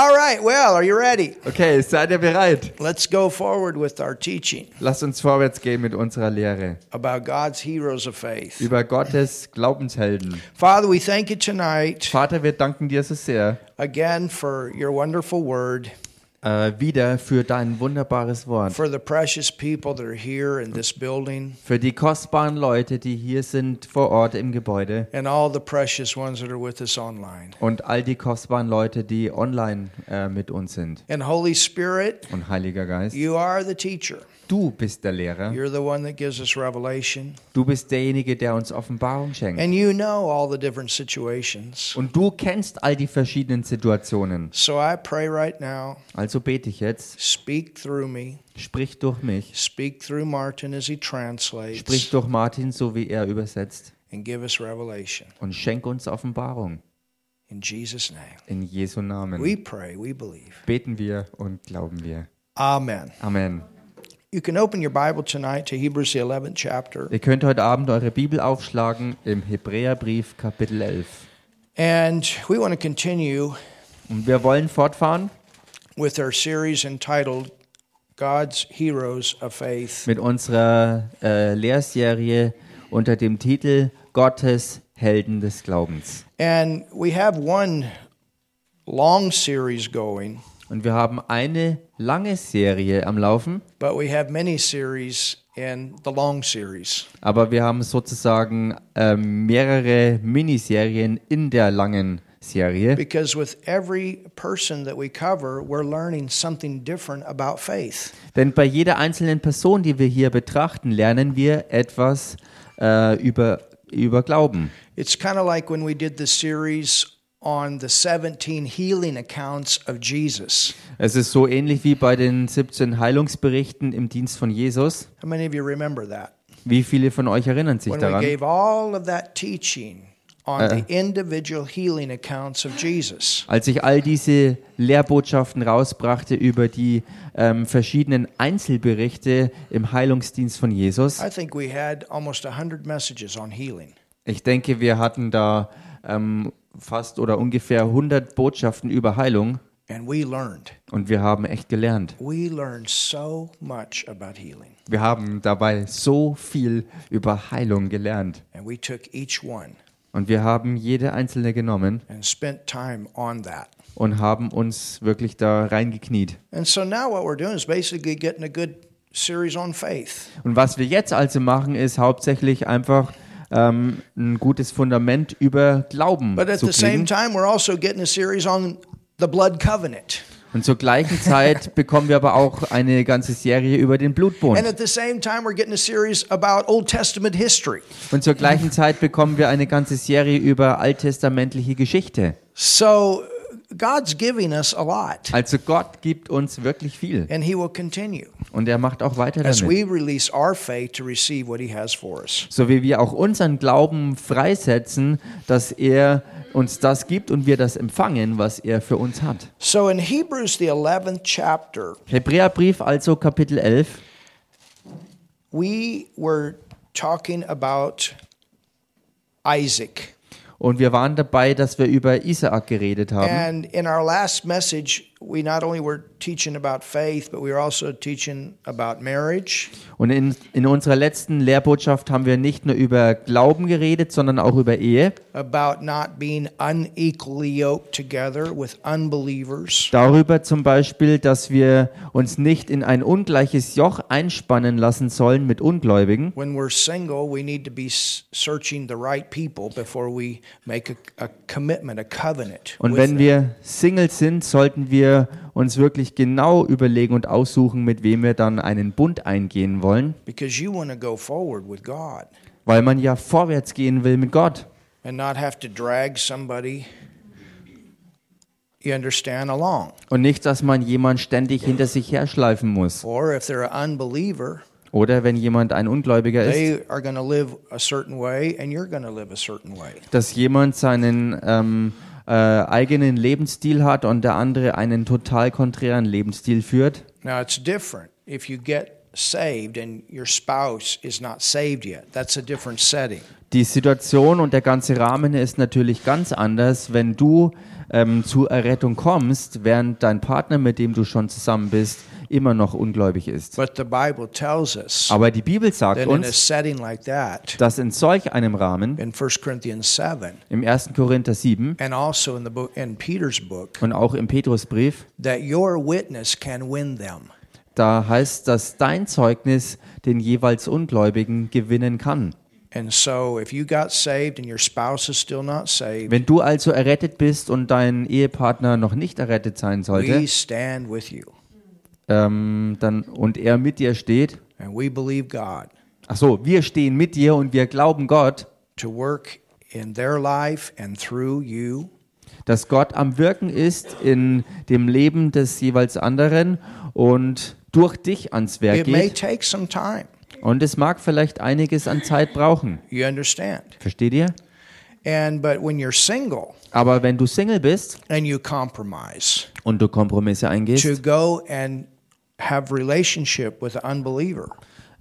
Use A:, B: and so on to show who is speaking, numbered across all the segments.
A: right, well, are you ready?
B: Okay, seid ihr bereit?
A: Let's go forward with our teaching
B: Lasst uns vorwärts gehen mit unserer Lehre
A: about God's heroes of faith.
B: über Gottes Glaubenshelden.
A: Father, we thank you tonight
B: Vater, wir danken dir so sehr
A: again for your wonderful word,
B: äh, wieder für dein wunderbares Wort,
A: for the precious people that are here in this building,
B: für die kostbaren Leute, die hier sind vor Ort im Gebäude
A: and all the precious ones that are with us online.
B: und all die kostbaren Leute, die online äh, mit uns sind.
A: And Holy Spirit,
B: Und Heiliger Geist,
A: you are the teacher.
B: du bist der Lehrer,
A: You're the one that gives us revelation,
B: du bist derjenige, der uns Offenbarung schenkt.
A: and you know all the different situations.
B: Und du kennst all die verschiedenen Situationen.
A: So I pray right now,
B: Also bete ich jetzt,
A: speak through me,
B: sprich durch mich,
A: speak through Martin as he
B: sprich
A: translates,
B: durch Martin, so wie er übersetzt,
A: and give us revelation.
B: und schenk uns Offenbarung.
A: In Jesus' name,
B: In Jesu Namen
A: we pray, we believe.
B: beten wir und glauben wir.
A: Amen.
B: Amen.
A: You can open your Bible tonight to Hebrews, the 11th chapter.
B: Ihr könnt heute Abend eure Bibel aufschlagen im Hebräerbrief Kapitel 11.
A: And we want to continue
B: Und wir wollen fortfahren
A: with our series entitled God's Heroes of Faith.
B: mit unserer äh, Lehrserie unter dem Titel Gottes Helden des Glaubens.
A: And we have one long series going,
B: Und wir haben eine lange Serie am Laufen,
A: but we have many series in the long series.
B: aber wir haben sozusagen ähm, mehrere Miniserien in der langen Serie,
A: Because with every person that we cover, we're learning something different about faith.
B: denn bei jeder einzelnen Person, die wir hier betrachten, lernen wir etwas äh, über, über Glauben.
A: It's kind of like when we did the series on the 17 healing accounts of Jesus.
B: Es ist so ähnlich wie bei den 17 Heilungsberichten im Dienst von Jesus.
A: How many of you remember that?
B: Wie viele von euch erinnern sich
A: When we
B: daran?
A: gave all of that teaching on the individual healing accounts of Jesus.
B: Als ich all diese Lehrbotschaften rausbrachte über die ähm, verschiedenen Einzelberichte im Heilungsdienst von Jesus,
A: I think we had almost 100 messages on healing.
B: ich denke, wir hatten da ähm, fast oder ungefähr 100 Botschaften über Heilung
A: And we learned.
B: und wir haben echt gelernt.
A: We learned so much about healing.
B: Wir haben dabei so viel über Heilung gelernt
A: And we took each one
B: und wir haben jede einzelne genommen
A: and spent time on that.
B: und haben uns wirklich da reingekniet.
A: And so now what we're doing is basically getting a good series on faith.
B: Und was wir jetzt also machen, ist hauptsächlich einfach ähm, ein gutes Fundament über Glauben
A: But at
B: zu
A: the same
B: kriegen.
A: time, we're also getting a series on the blood covenant.
B: Und zur gleichen Zeit bekommen wir aber auch eine ganze Serie über den
A: And
B: Blutbund.
A: at the same time, we're getting a series about Old Testament history.
B: Und zur gleichen Zeit bekommen wir eine ganze Serie über alttestamentliche Geschichte.
A: So God's giving us a lot,
B: Also Gott gibt uns wirklich viel
A: and He will continue
B: und er macht auch weiter
A: as
B: damit.
A: we release our faith to receive what He has for us.
B: So wie wir auch unseren Glauben freisetzen, dass er uns das gibt und wir das empfangen, was er für uns hat.
A: So in Hebrews, the 11th chapter,
B: Hebräerbrief also Kapitel 11.
A: we were talking about Isaac.
B: Und wir waren dabei, dass wir über Isaak geredet haben.
A: And in our last message, we not only were teaching about faith, but we were also teaching about marriage
B: Und in, in unserer letzten Lehrbotschaft haben wir nicht nur über Glauben geredet, sondern auch über Ehe.
A: about not being unequally yoked together with unbelievers.
B: Darüber zum Beispiel, dass wir uns nicht in ein ungleiches Joch einspannen lassen sollen mit Ungläubigen.
A: When we're single, we need to be s- searching the right people before we make a, a commitment, a covenant.
B: Und
A: with
B: wenn
A: them.
B: wir Singles sind, sollten wir uns wirklich genau überlegen und aussuchen, mit wem wir dann einen Bund eingehen wollen,
A: because you want to go forward with God
B: weil man ja vorwärts gehen will mit Gott
A: and not have to drag somebody, you understand, along.
B: und nicht, dass man jemand ständig hinter sich herschleifen muss.
A: Or if they're an unbeliever,
B: Oder wenn jemand ein Ungläubiger ist,
A: they are going to live a certain way and you're going to live a certain way.
B: dass jemand seinen ähm, äh, eigenen Lebensstil hat und der andere einen total konträren Lebensstil führt.
A: Now, it's different if you get saved and your spouse is not saved yet. That's a different setting.
B: Die Situation und der ganze Rahmen ist natürlich ganz anders, wenn du ähm, zur Errettung kommst, während dein Partner, mit dem du schon zusammen bist, immer noch ungläubig ist.
A: But the Bible tells us
B: Aber die Bibel sagt
A: that in a
B: uns,
A: setting like that,
B: dass in solch einem Rahmen,
A: in 1 Corinthians 7,
B: im 1. Korinther 7
A: and also in, the book, in Peter's book,
B: und auch im Petrusbrief,
A: that your witness can win them.
B: da heißt, dass dein Zeugnis den jeweils Ungläubigen gewinnen kann.
A: And so if you got saved and your spouse is still not saved,
B: Wenn du also errettet bist und dein Ehepartner noch nicht errettet sein sollte,
A: we stand with you.
B: ähm, dann und er mit dir steht,
A: And we believe God
B: ach so, wir stehen mit dir und wir glauben Gott,
A: to work in their life and through you
B: dass Gott am Wirken ist in dem Leben des jeweils anderen und durch dich ans Werk
A: It may
B: geht.
A: take some time.
B: Und es mag vielleicht einiges an Zeit brauchen.
A: You understand?
B: Versteht ihr?
A: And but when you're single
B: Aber wenn du Single bist
A: and you compromise
B: und du Kompromisse
A: to
B: eingehst,
A: go and have relationship with an unbeliever,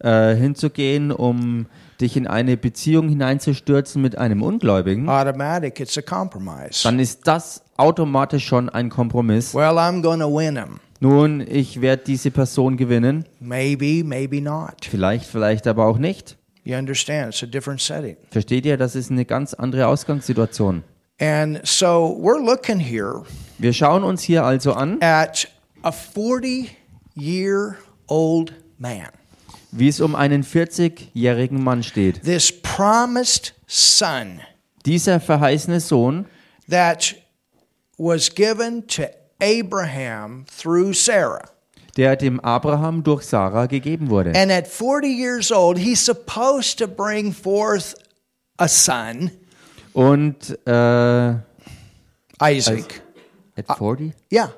B: äh, hinzugehen, um dich in eine Beziehung hineinzustürzen mit einem Ungläubigen,
A: automatic it's a compromise.
B: dann ist das automatisch schon ein Kompromiss.
A: Well, I'm going to win him.
B: Nun, ich werde diese Person gewinnen,
A: Maybe, maybe not.
B: vielleicht, vielleicht aber auch nicht.
A: You understand? It's a different setting.
B: Versteht ihr, das ist eine ganz andere Ausgangssituation.
A: And so we're looking here
B: Wir schauen uns hier also an,
A: at a 40 year old man,
B: wie es um einen 40-jährigen Mann steht.
A: this promised son
B: Dieser verheißene Sohn,
A: that was given to Abraham through Sarah.
B: der dem Abraham durch Sarah gegeben wurde.
A: And at 40 years old, he's supposed to bring forth a son,
B: Und äh, at
A: Isaac.
B: 40?
A: Yeah.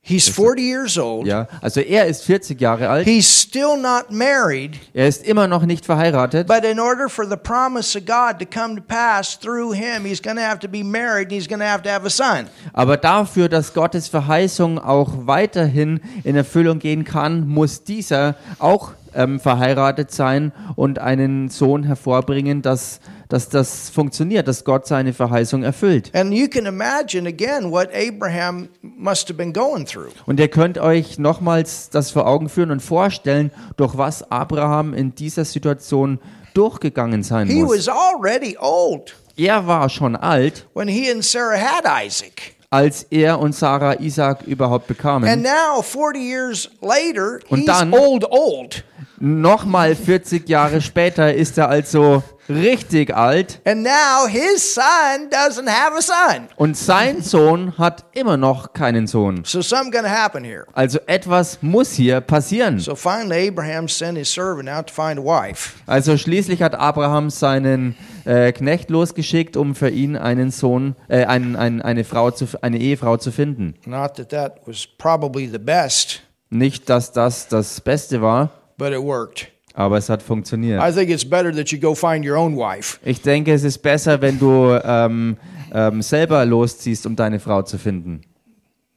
A: He's 40 years old.
B: Ja, also er ist 40 Jahre alt.
A: He's still not married.
B: Er ist immer noch nicht verheiratet,
A: But in order for the promise of God to come to pass through him, he's going to have to be married and he's going to have to have a son.
B: aber dafür, dass Gottes Verheißung auch weiterhin in Erfüllung gehen kann, muss dieser auch ähm, verheiratet sein und einen Sohn hervorbringen, dass, dass das funktioniert, dass Gott seine Verheißung erfüllt.
A: And you can imagine again what Abraham must have been going through.
B: Und ihr könnt euch nochmals das vor Augen führen und vorstellen, durch was Abraham in dieser Situation durchgegangen sein
A: He
B: muss.
A: was already old
B: Er war schon alt,
A: when he and Sarah had Isaac.
B: als er und Sarah Isaac überhaupt
A: And
B: bekamen.
A: now, 40 years later,
B: Und
A: he's
B: dann-
A: old, old.
B: Nochmal 40 Jahre später ist er also richtig alt
A: And now his son doesn't have a son.
B: und sein Sohn hat immer noch keinen Sohn.
A: So something's going to happen here.
B: Also etwas muss hier passieren.
A: So finally, Abraham sent his servant out to find a wife.
B: Also schließlich hat Abraham seinen äh, Knecht losgeschickt, um für ihn einen Sohn, äh, einen, einen, eine Frau zu, eine Ehefrau zu finden.
A: Not that that was probably the best,
B: Nicht, dass das das Beste war,
A: but it worked.
B: aber es hat funktioniert.
A: I think it's better that you go find your own wife.
B: Ich denke, es ist besser, wenn du ähm, ähm, selber losziehst, um deine Frau zu finden.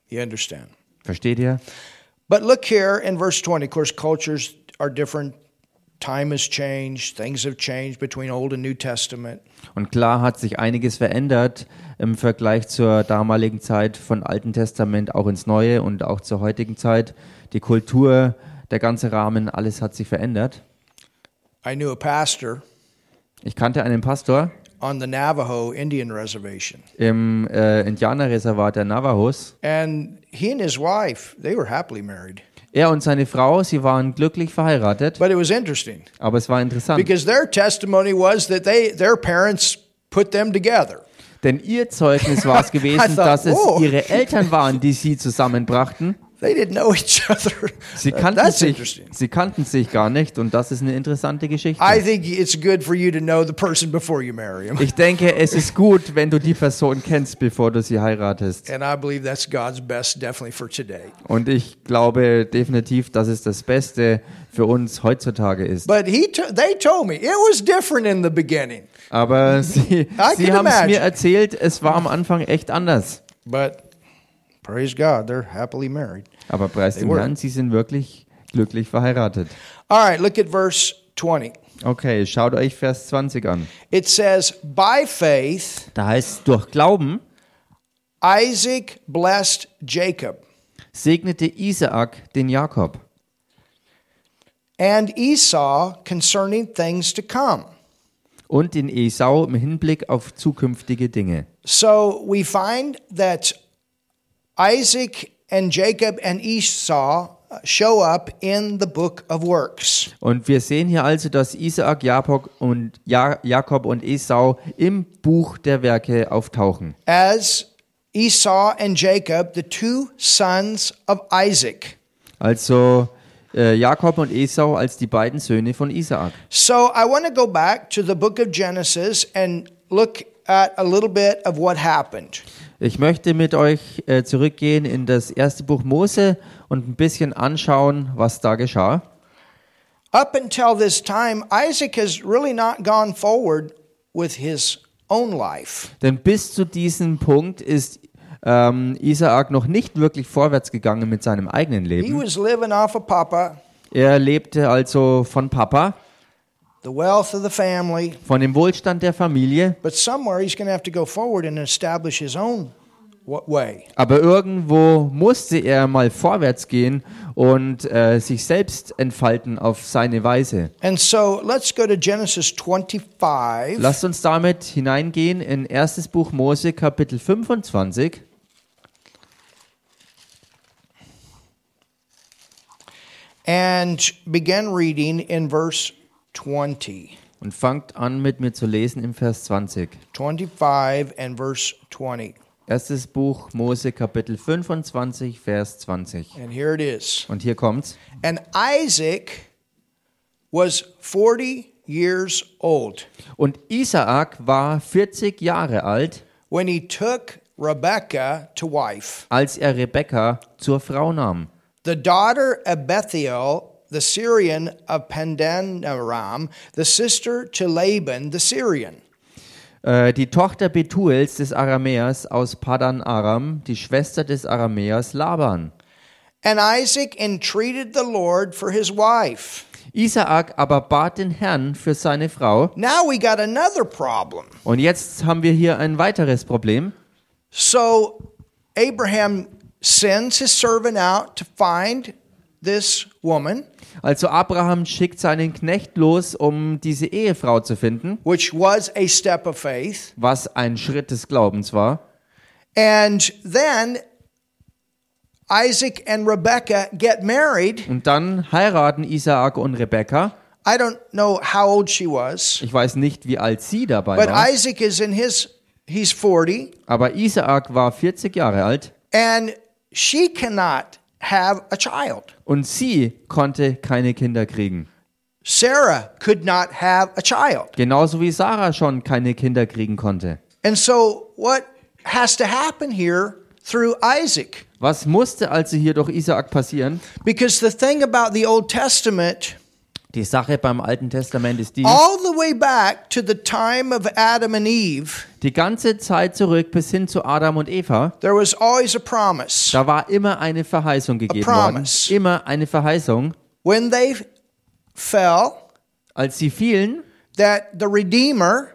A: You understand?
B: Versteht ihr?
A: But look here in verse 20. Of course, cultures are different. Time has changed. Things have changed between Old and New Testament.
B: Und klar hat sich einiges verändert im Vergleich zur damaligen Zeit von Alten Testament auch ins Neue und auch zur heutigen Zeit. Die Kultur, der ganze Rahmen, alles hat sich verändert.
A: I knew a pastor
B: Ich kannte einen Pastor
A: on the Navajo Indian Reservation,
B: im äh, Indianerreservat der Navajos.
A: and he and his wife, they were happily married.
B: Er und seine Frau, sie waren glücklich verheiratet,
A: But it was interesting
B: aber es war interessant,
A: because their testimony was that they their parents put them together.
B: denn ihr Zeugnis war es gewesen,
A: thought,
B: dass es
A: "Whoa."
B: ihre Eltern waren, die sie zusammenbrachten.
A: They didn't know each other. Uh,
B: Sie kannten,
A: That's
B: sich,
A: interesting.
B: sie kannten sich gar nicht und das ist eine interessante Geschichte.
A: I think it's good for you to know the person before you marry him.
B: Ich denke, es ist gut, wenn du die Person kennst, bevor du sie heiratest.
A: And I believe that's God's best definitely for today.
B: Und ich glaube definitiv, dass es das Beste für uns heutzutage ist.
A: But he t- they told me it was different in the beginning.
B: Aber sie,
A: can
B: sie haben es
A: imagine.
B: mir erzählt, es war am Anfang echt anders.
A: But praise God, they're happily married.
B: Aber preis dem
A: were.
B: Herrn, sie sind wirklich glücklich verheiratet.
A: All right, look at verse 20.
B: Okay, schaut euch Vers 20 an.
A: It says, By faith,
B: Da heißt durch Glauben
A: Isaac blessed Jacob,
B: segnete Isaak den Jakob
A: and Esau concerning things to come.
B: und den Esau im Hinblick auf zukünftige Dinge.
A: So we find that Isaac and Jacob and Esau uh, show up in the book of works.
B: Und wir sehen hier also, dass Isaak, Jakob und, ja Jakob und Esau im Buch der Werke auftauchen.
A: As Esau and Jacob, the two sons of Isaac.
B: Also äh, Jakob und Esau als die beiden Söhne von Isaak.
A: So I want to go back to the book of Genesis and look at a little bit of what happened.
B: Ich möchte mit euch äh, zurückgehen in das erste Buch Mose und ein bisschen anschauen, was da geschah.
A: Up until this time, Isaac has really not gone forward with his own life.
B: Denn bis zu diesem Punkt ist ähm, Isaak noch nicht wirklich vorwärts gegangen mit seinem eigenen
A: He
B: Leben.
A: was living off of Papa,
B: Er lebte also von Papa,
A: the wealth of the family,
B: von dem Wohlstand der Familie,
A: But somewhere he's going to have to go forward and establish his own wa- way.
B: aber irgendwo musste er mal vorwärts gehen und äh, sich selbst entfalten auf seine Weise.
A: And so let's go to Genesis 25
B: Lasst uns damit hineingehen in erstes Buch Mose Kapitel 25
A: and begin reading in verse 20.
B: und fangt an mit mir zu lesen im Vers 20.
A: 25 and verse 20.
B: Erstes Buch Mose Kapitel 25 Vers 20.
A: And here it is.
B: Und hier kommt's.
A: And Isaac was 40 years old
B: Und Isaak war 40 Jahre alt,
A: when he took Rebekah to wife,
B: als er Rebekka zur Frau nahm,
A: the daughter of Bethuel, the Syrian of Pandanaram, the sister to Laban, the Syrian.
B: äh, die Tochter Bethuels des Aramäers aus Padan Aram, die Schwester des Aramäers Laban.
A: And Isaac entreated the Lord for his wife.
B: Isaak aber bat den Herrn für seine Frau.
A: Now we got another problem.
B: Und jetzt haben wir hier ein weiteres Problem.
A: So Abraham sends his servant out to find this woman,
B: Also Abraham schickt seinen Knecht los, um diese Ehefrau zu finden,
A: which was a step of faith.
B: was ein Schritt des Glaubens war.
A: And then Isaac and Rebekah get married.
B: Und dann heiraten Isaak und Rebekka.
A: I don't know how old she was,
B: Ich weiß nicht, wie alt sie dabei
A: but
B: war.
A: Isaac is in his, he's 40,
B: Aber Isaak war 40 Jahre alt
A: and she cannot have a child.
B: und sie konnte keine Kinder kriegen.
A: Sarah could not have a child.
B: Genauso wie Sarah schon keine Kinder kriegen konnte.
A: And so, what has to happen here through Isaac?
B: Was musste also hier durch Isaak passieren?
A: Because the thing about the Old Testament,
B: Die Sache beim Alten Testament ist die,
A: all the way back to the time of Adam and Eve,
B: die ganze Zeit zurück bis hin zu Adam und Eva,
A: there was always a promise.
B: da war immer eine Verheißung gegeben worden.
A: promise.
B: Immer eine Verheißung.
A: When they fell,
B: Als sie fielen,
A: that the Redeemer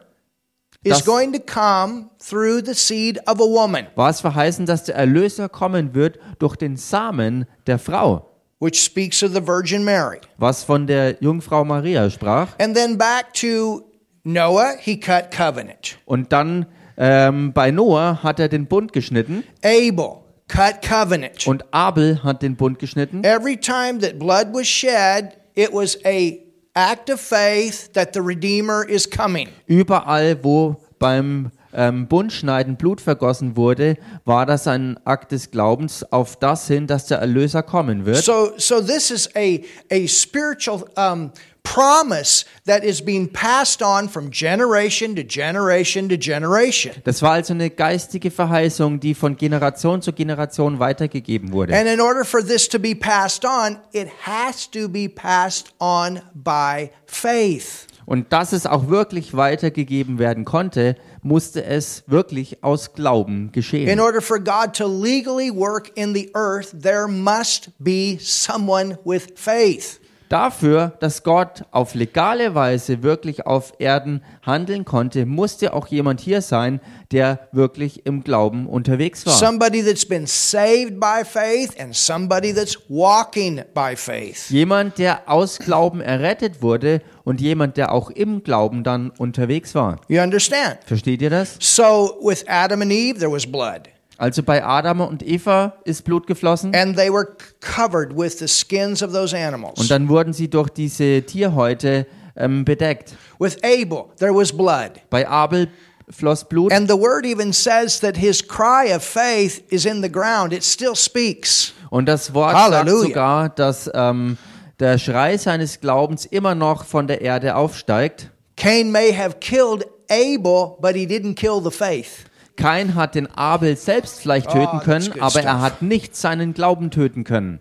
A: is
B: Das-
A: going to come through the seed of a woman,
B: war es verheißen, dass der Erlöser kommen wird durch den Samen der Frau,
A: which speaks of the Virgin Mary.
B: was von der Jungfrau Maria sprach.
A: And then back to Noah, he cut covenant.
B: Und dann ähm, bei Noah hat er den Bund geschnitten
A: Abel cut covenant.
B: und Abel hat den Bund geschnitten.
A: Every time that blood was shed, it was a act of faith that the Redeemer is coming.
B: Überall, wo beim ähm, Bundschneiden Blut vergossen wurde, war das ein Akt des Glaubens auf das hin, dass der Erlöser kommen wird.
A: So, so this is a, a spiritual um, promise that is being passed on from generation to generation to generation.
B: Das war also eine geistige Verheißung, die von Generation zu Generation weitergegeben wurde.
A: And in order for this to be passed on, it has to be passed on by faith.
B: Und dass es auch wirklich weitergegeben werden konnte, musste es wirklich aus Glauben
A: In
B: geschehen.
A: order for God to legally work in the earth, there must be someone with faith.
B: Dafür, dass Gott auf legale Weise wirklich auf Erden handeln konnte, musste auch jemand hier sein, der wirklich im Glauben unterwegs war.
A: Somebody that's been saved by faith and somebody that's walking by faith.
B: Jemand, der aus Glauben errettet wurde und jemand, der auch im Glauben dann unterwegs war.
A: You understand?
B: Versteht ihr das?
A: So with Adam and Eve, there was blood,
B: Also bei Adam und Eva ist Blut geflossen
A: and they were c- covered with the skins of those
B: und
A: animals.
B: dann wurden sie durch diese Tierhäute ähm, bedeckt.
A: With Abel, there was blood.
B: Bei Abel floss Blut
A: And the word even says that his cry of faith is in the ground, it still speaks.
B: und das Wort
A: Halleluja.
B: sagt sogar, dass ähm, der Schrei seines Glaubens immer noch von der Erde aufsteigt.
A: Cain may have killed Abel, but he didn't kill the faith.
B: Kain hat den Abel selbst vielleicht töten
A: that's
B: können,
A: good
B: aber
A: stuff.
B: er hat nicht seinen Glauben töten können.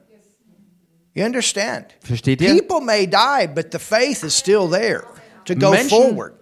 A: You understand?
B: Versteht ihr?
A: People may die, but the faith is still there to go
B: Menschen
A: forward.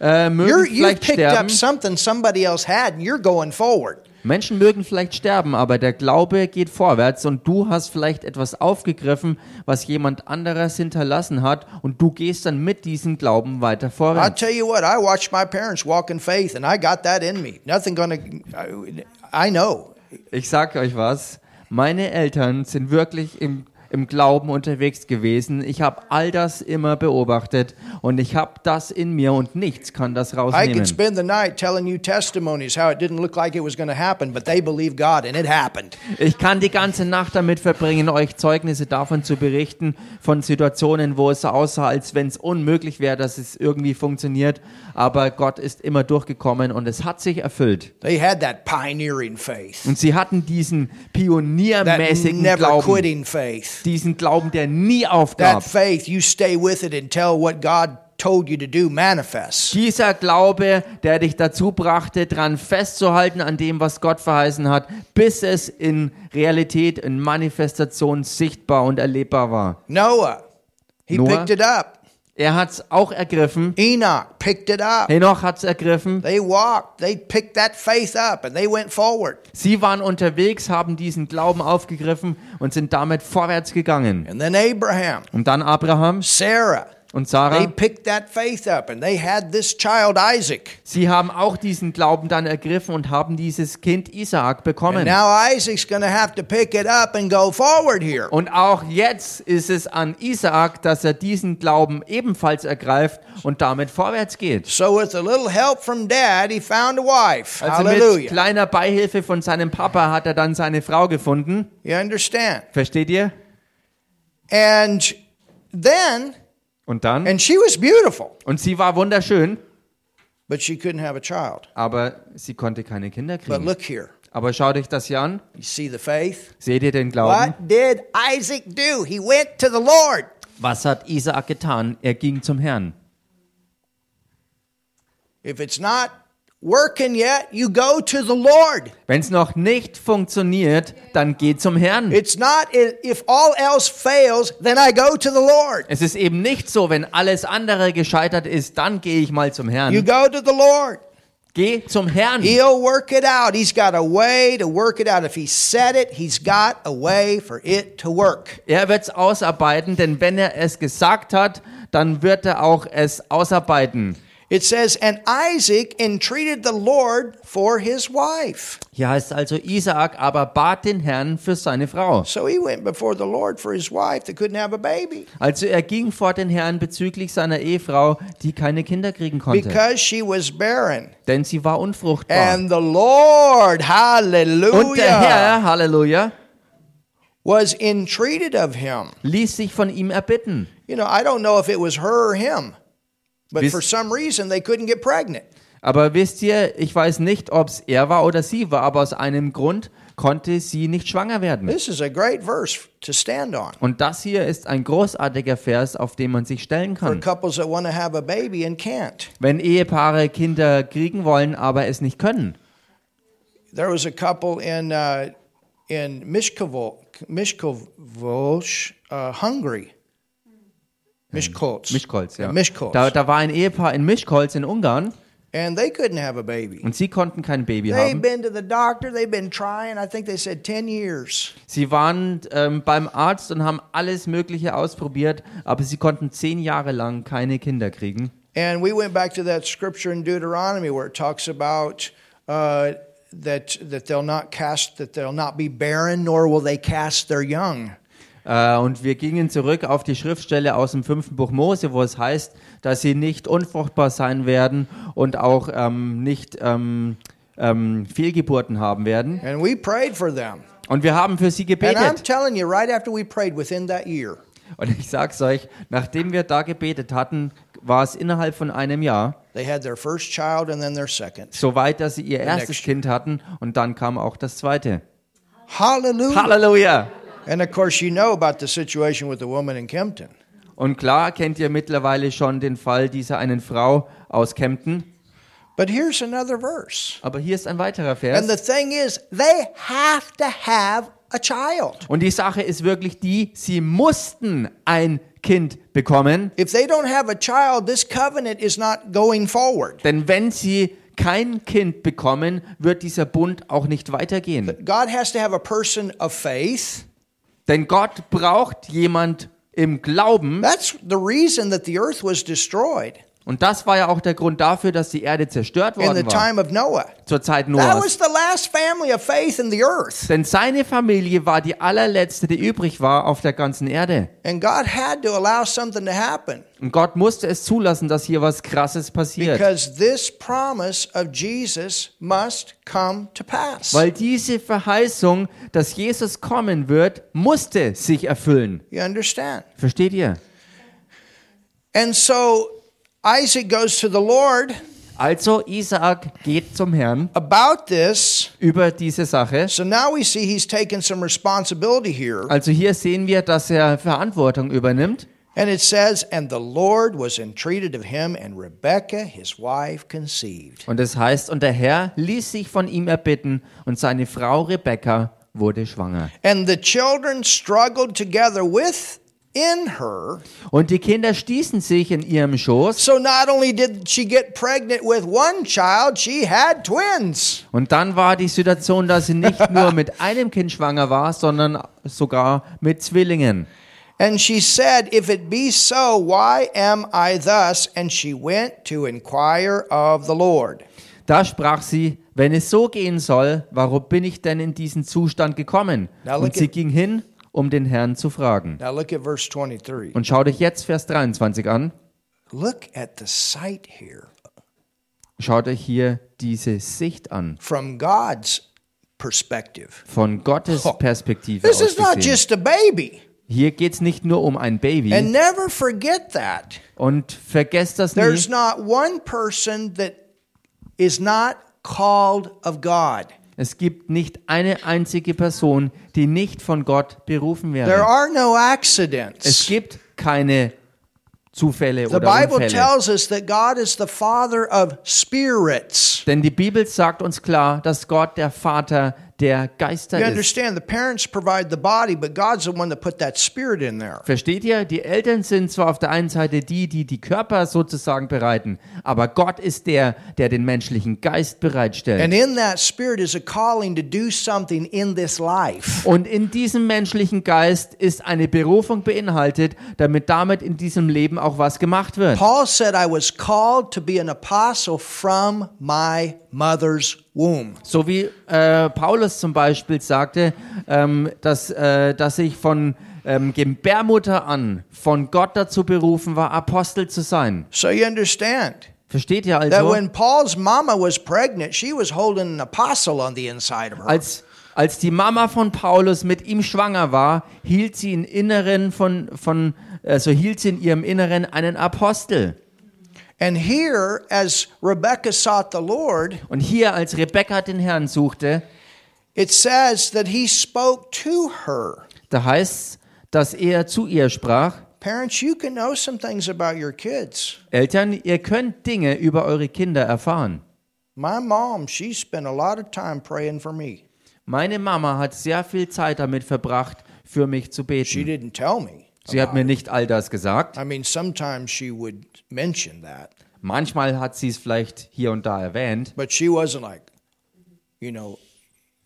B: Äh, mögen
A: You're, you
B: vielleicht
A: picked
B: sterben.
A: up something somebody else had, and you're going forward.
B: Menschen mögen vielleicht sterben, aber der Glaube geht vorwärts und du hast vielleicht etwas aufgegriffen, was jemand anderes hinterlassen hat und du gehst dann mit diesem Glauben weiter
A: I'll
B: vorwärts.
A: tell you what, I watched my parents walk in faith, and I got that in me. Nothing going to, I know.
B: Ich sag euch was, meine Eltern sind wirklich im, im Glauben unterwegs gewesen. Ich habe all das immer beobachtet und ich habe das in mir und nichts kann das
A: I could
B: rausnehmen.
A: spend the night telling you testimonies how it didn't look like it was going to happen, but they believed God, and it happened.
B: Ich kann die ganze Nacht damit verbringen, euch Zeugnisse davon zu berichten, von Situationen, wo es so aussah, als wenn es unmöglich wäre, dass es irgendwie funktioniert. Aber Gott ist immer durchgekommen und es hat sich erfüllt.
A: They had that pioneering faith,
B: Und sie hatten diesen
A: that
B: pioniermäßigen
A: never
B: Glauben,
A: quitting faith.
B: diesen Glauben, der nie
A: That
B: aufgab.
A: faith, you stay with it until what God told you to do manifests.
B: Dieser Glaube, der dich dazu brachte, dran festzuhalten an dem, was Gott verheißen hat, bis es in Realität, in Manifestation sichtbar und erlebbar war.
A: Noah, he
B: Noah?
A: picked it up.
B: Er hat es auch ergriffen.
A: Enoch picked it up.
B: Henoch hat es ergriffen.
A: They walked, they picked that faith up, and they went forward.
B: Sie waren unterwegs, haben diesen Glauben aufgegriffen und sind damit vorwärts gegangen.
A: And then Abraham,
B: Und dann Abraham
A: Sarah,
B: und
A: they
B: Sarah.
A: picked that faith up, and they had this child Isaac.
B: Sie haben auch diesen Glauben dann ergriffen und haben dieses Kind Isaak
A: And
B: bekommen.
A: now Isaac's going to have to pick it up and go forward here.
B: Und auch jetzt ist es an Isaak, dass er diesen Glauben ebenfalls ergreift und damit vorwärts geht.
A: So, with a little help from dad, he found a wife.
B: Also mit
A: Hallelujah.
B: kleiner Beihilfe von seinem Papa hat er dann seine Frau gefunden.
A: You understand?
B: Versteht ihr?
A: And then,
B: Und dann?
A: and she was beautiful,
B: Und sie war wunderschön,
A: but she couldn't have a child.
B: aber sie konnte keine Kinder
A: But
B: kriegen.
A: look here.
B: Aber schau dich das hier an.
A: You see the faith?
B: Seht ihr den Glauben?
A: What did Isaac do? He went to the Lord.
B: Was hat Isaak getan? Er ging zum Herrn.
A: If it's not working yet, you go to the Lord.
B: Wenn es noch nicht funktioniert, dann geh zum Herrn.
A: It's not, if all else fails, then I go to the Lord.
B: Es ist eben nicht so, wenn alles andere gescheitert ist, dann gehe ich mal zum
A: You
B: Herrn.
A: go to the Lord.
B: Geh zum Herrn.
A: He'll work it out. He's got a way to work it out. If he said it, he's got a way for it to work.
B: Er wird es ausarbeiten, denn wenn er es gesagt hat, dann wird er auch es ausarbeiten.
A: It says, And Isaac entreated the Lord for his wife.
B: Hier heißt also Isaak aber bat den Herrn für seine Frau.
A: So he went before the Lord for his wife that couldn't have a baby
B: Also er ging vor den Herrn bezüglich seiner Ehefrau, die keine Kinder kriegen konnte,
A: because she was barren.
B: denn sie war unfruchtbar.
A: And the Lord,
B: Und der
A: hallelujah,
B: Herr, Halleluja,
A: was entreated of him.
B: ließ sich von ihm erbitten.
A: You know, I don't know if it was her or him, but
B: Wisst-
A: for some reason they couldn't get pregnant.
B: Aber wisst ihr, ich weiß nicht, ob es er war oder sie war, aber aus einem Grund konnte sie nicht schwanger werden.
A: This is a great verse to stand on.
B: Und das hier ist ein großartiger Vers, auf den man sich stellen
A: for
B: kann.
A: couples that want to have a baby and can't.
B: Wenn Ehepaare Kinder kriegen wollen, aber es nicht können.
A: There was a couple in uh, in Mishkovo, Mishkovosh, uh, Hungary. Mishkolts.
B: Mischkolz, ja.
A: Mishkolts.
B: Da, da war ein Ehepaar in Mischkolz in Ungarn
A: and they couldn't have a baby.
B: Und sie konnten kein Baby
A: They've
B: haben.
A: been to the doctor, they've been trying, I think they said 10 years.
B: Sie waren ähm, beim Arzt und haben alles Mögliche ausprobiert, aber sie konnten zehn Jahre lang keine Kinder kriegen.
A: And we went back to that scripture in Deuteronomy where it talks about uh, that, that they'll not cast, that they'll not be barren, nor will they cast their young.
B: Äh, und wir gingen zurück auf die Schriftstelle aus dem fünften Buch Mose, wo es heißt, dass sie nicht unfruchtbar sein werden und auch ähm, nicht ähm, ähm, Fehlgeburten haben werden.
A: And we prayed for them.
B: Und wir haben für sie
A: And I'm
B: gebetet.
A: telling you, right after we prayed within that year,
B: Und ich sag's euch, nachdem wir da gebetet hatten, war es innerhalb von einem Jahr
A: they had their first child and then their second.
B: so weit, dass sie ihr erstes
A: next
B: Kind hatten und dann kam auch das zweite.
A: Hallelujah.
B: Halleluja!
A: And of course, you know about the situation with the woman in Kempton.
B: Und klar kennt ihr mittlerweile schon den Fall dieser einen Frau aus Kempten.
A: But here's another verse.
B: Aber hier ist ein weiterer Vers.
A: And the thing is, they have to have a child.
B: Und die Sache ist wirklich die, sie mussten ein Kind bekommen,
A: If they don't have a child, this covenant is not going forward.
B: denn wenn sie kein Kind bekommen, wird dieser Bund auch nicht weitergehen.
A: God has to have a person of faith.
B: Denn Gott braucht jemand im Glauben
A: That's the reason that the earth was destroyed
B: und das war ja auch der Grund dafür, dass die Erde zerstört
A: in the
B: worden war
A: time of Noah.
B: zur Zeit
A: That
B: Noahs.
A: was the last family of faith in the earth.
B: Denn seine Familie war die allerletzte, die übrig war auf der ganzen Erde.
A: And God had to allow something to happen
B: Und Gott musste es zulassen, dass hier was Krasses passiert.
A: because this promise of Jesus must come to pass.
B: Weil diese Verheißung, dass Jesus kommen wird, musste sich erfüllen.
A: You understand?
B: Versteht ihr?
A: And so Isaac goes to the Lord
B: Also Isaak geht zum Herrn
A: about this.
B: über diese Sache.
A: So now we see he's taken some responsibility here.
B: Also hier sehen wir, dass er Verantwortung übernimmt.
A: And it says, And the Lord was entreated of him, and Rebekah, his wife, conceived.
B: Und es heißt, und der Herr ließ sich von ihm erbitten und seine Frau Rebekka wurde schwanger.
A: And the children struggled together with in her.
B: Und die Kinder stießen sich in ihrem Schoß
A: So not only did she get pregnant with one child, she had twins.
B: und dann war die Situation, dass sie nicht nur mit einem Kind schwanger war, sondern sogar mit Zwillingen.
A: And she said, If it be so, why am I thus? And she went to inquire of the Lord.
B: Da sprach sie, wenn es so gehen soll, warum bin ich denn in diesen Zustand gekommen?
A: Na, look
B: Und sie
A: at-
B: ging hin, um den Herrn zu fragen.
A: Now look at verse 23.
B: Und schau dich jetzt Vers 23 an.
A: Look at the sight here
B: Schaut euch hier diese Sicht an.
A: from God's perspective.
B: Von Gottes
A: Oh.
B: Perspektive
A: This
B: aus
A: is not
B: gesehen.
A: just a baby.
B: Hier geht es nicht nur um ein Baby.
A: And never forget that.
B: Und vergesst das
A: There's
B: nicht.
A: not one person that is not called of God.
B: Es gibt nicht eine einzige Person, die nicht von Gott berufen
A: There
B: wäre.
A: are no
B: Es
A: accidents.
B: gibt keine Zufälle
A: The
B: oder
A: Bible
B: Unfälle.
A: tells us that God is the father of spirits.
B: Denn die Bibel sagt uns klar, dass Gott der Vater der Geister
A: You
B: ist.
A: understand, the parents provide the body, but God's the one that put that spirit in there.
B: Versteht ihr? Die Eltern sind zwar auf der einen Seite die, die die Körper sozusagen bereiten, aber Gott ist der, der den menschlichen Geist bereitstellt.
A: And in that spirit is a calling to do something in this life.
B: Und in diesem menschlichen Geist ist eine Berufung beinhaltet, damit damit in diesem Leben auch was gemacht wird.
A: Paul said, I was called to be an apostle from my mother's womb.
B: So wie äh, Paulus zum Beispiel sagte, ähm, dass, äh, dass ich von ähm, Gebärmutter an von Gott dazu berufen war, Apostel zu sein.
A: So you understand
B: Versteht ihr
A: that
B: also?
A: when Paul's mama was pregnant, she was holding an apostle on the inside of her.
B: Als, als die Mama von Paulus mit ihm schwanger war, hielt sie im Inneren von, von also hielt sie in ihrem Inneren einen Apostel.
A: And here, as Rebecca sought the Lord,
B: Und hier, als Rebekka den Herrn suchte,
A: it says that he spoke to her.
B: da heißt dass er zu ihr sprach,
A: Parents, you can know some things about your kids.
B: Eltern, ihr könnt Dinge über eure Kinder erfahren.
A: My mom, she spent a lot of time praying for me.
B: Meine Mama hat sehr viel Zeit damit verbracht, für mich zu
A: She
B: beten.
A: didn't tell me.
B: Sie hat mir nicht all das gesagt,
A: I mean, sometimes she would mention that.
B: Manchmal hat sie es vielleicht hier und da erwähnt,
A: But she wasn't like, you know,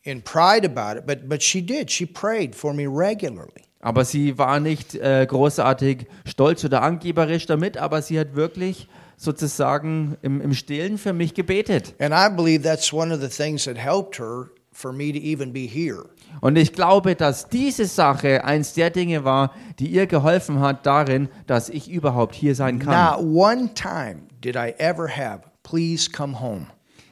A: in pride about it. But but she did. She prayed for me regularly.
B: aber sie war nicht äh, großartig stolz oder angeberisch damit, aber sie hat wirklich sozusagen im, im Stillen für mich gebetet.
A: And I believe that's one of the things that helped her for me to even be here.
B: Und ich glaube, dass diese Sache eins der Dinge war, die ihr geholfen hat darin, dass ich überhaupt hier sein kann.
A: Not one time did I ever have, please come home.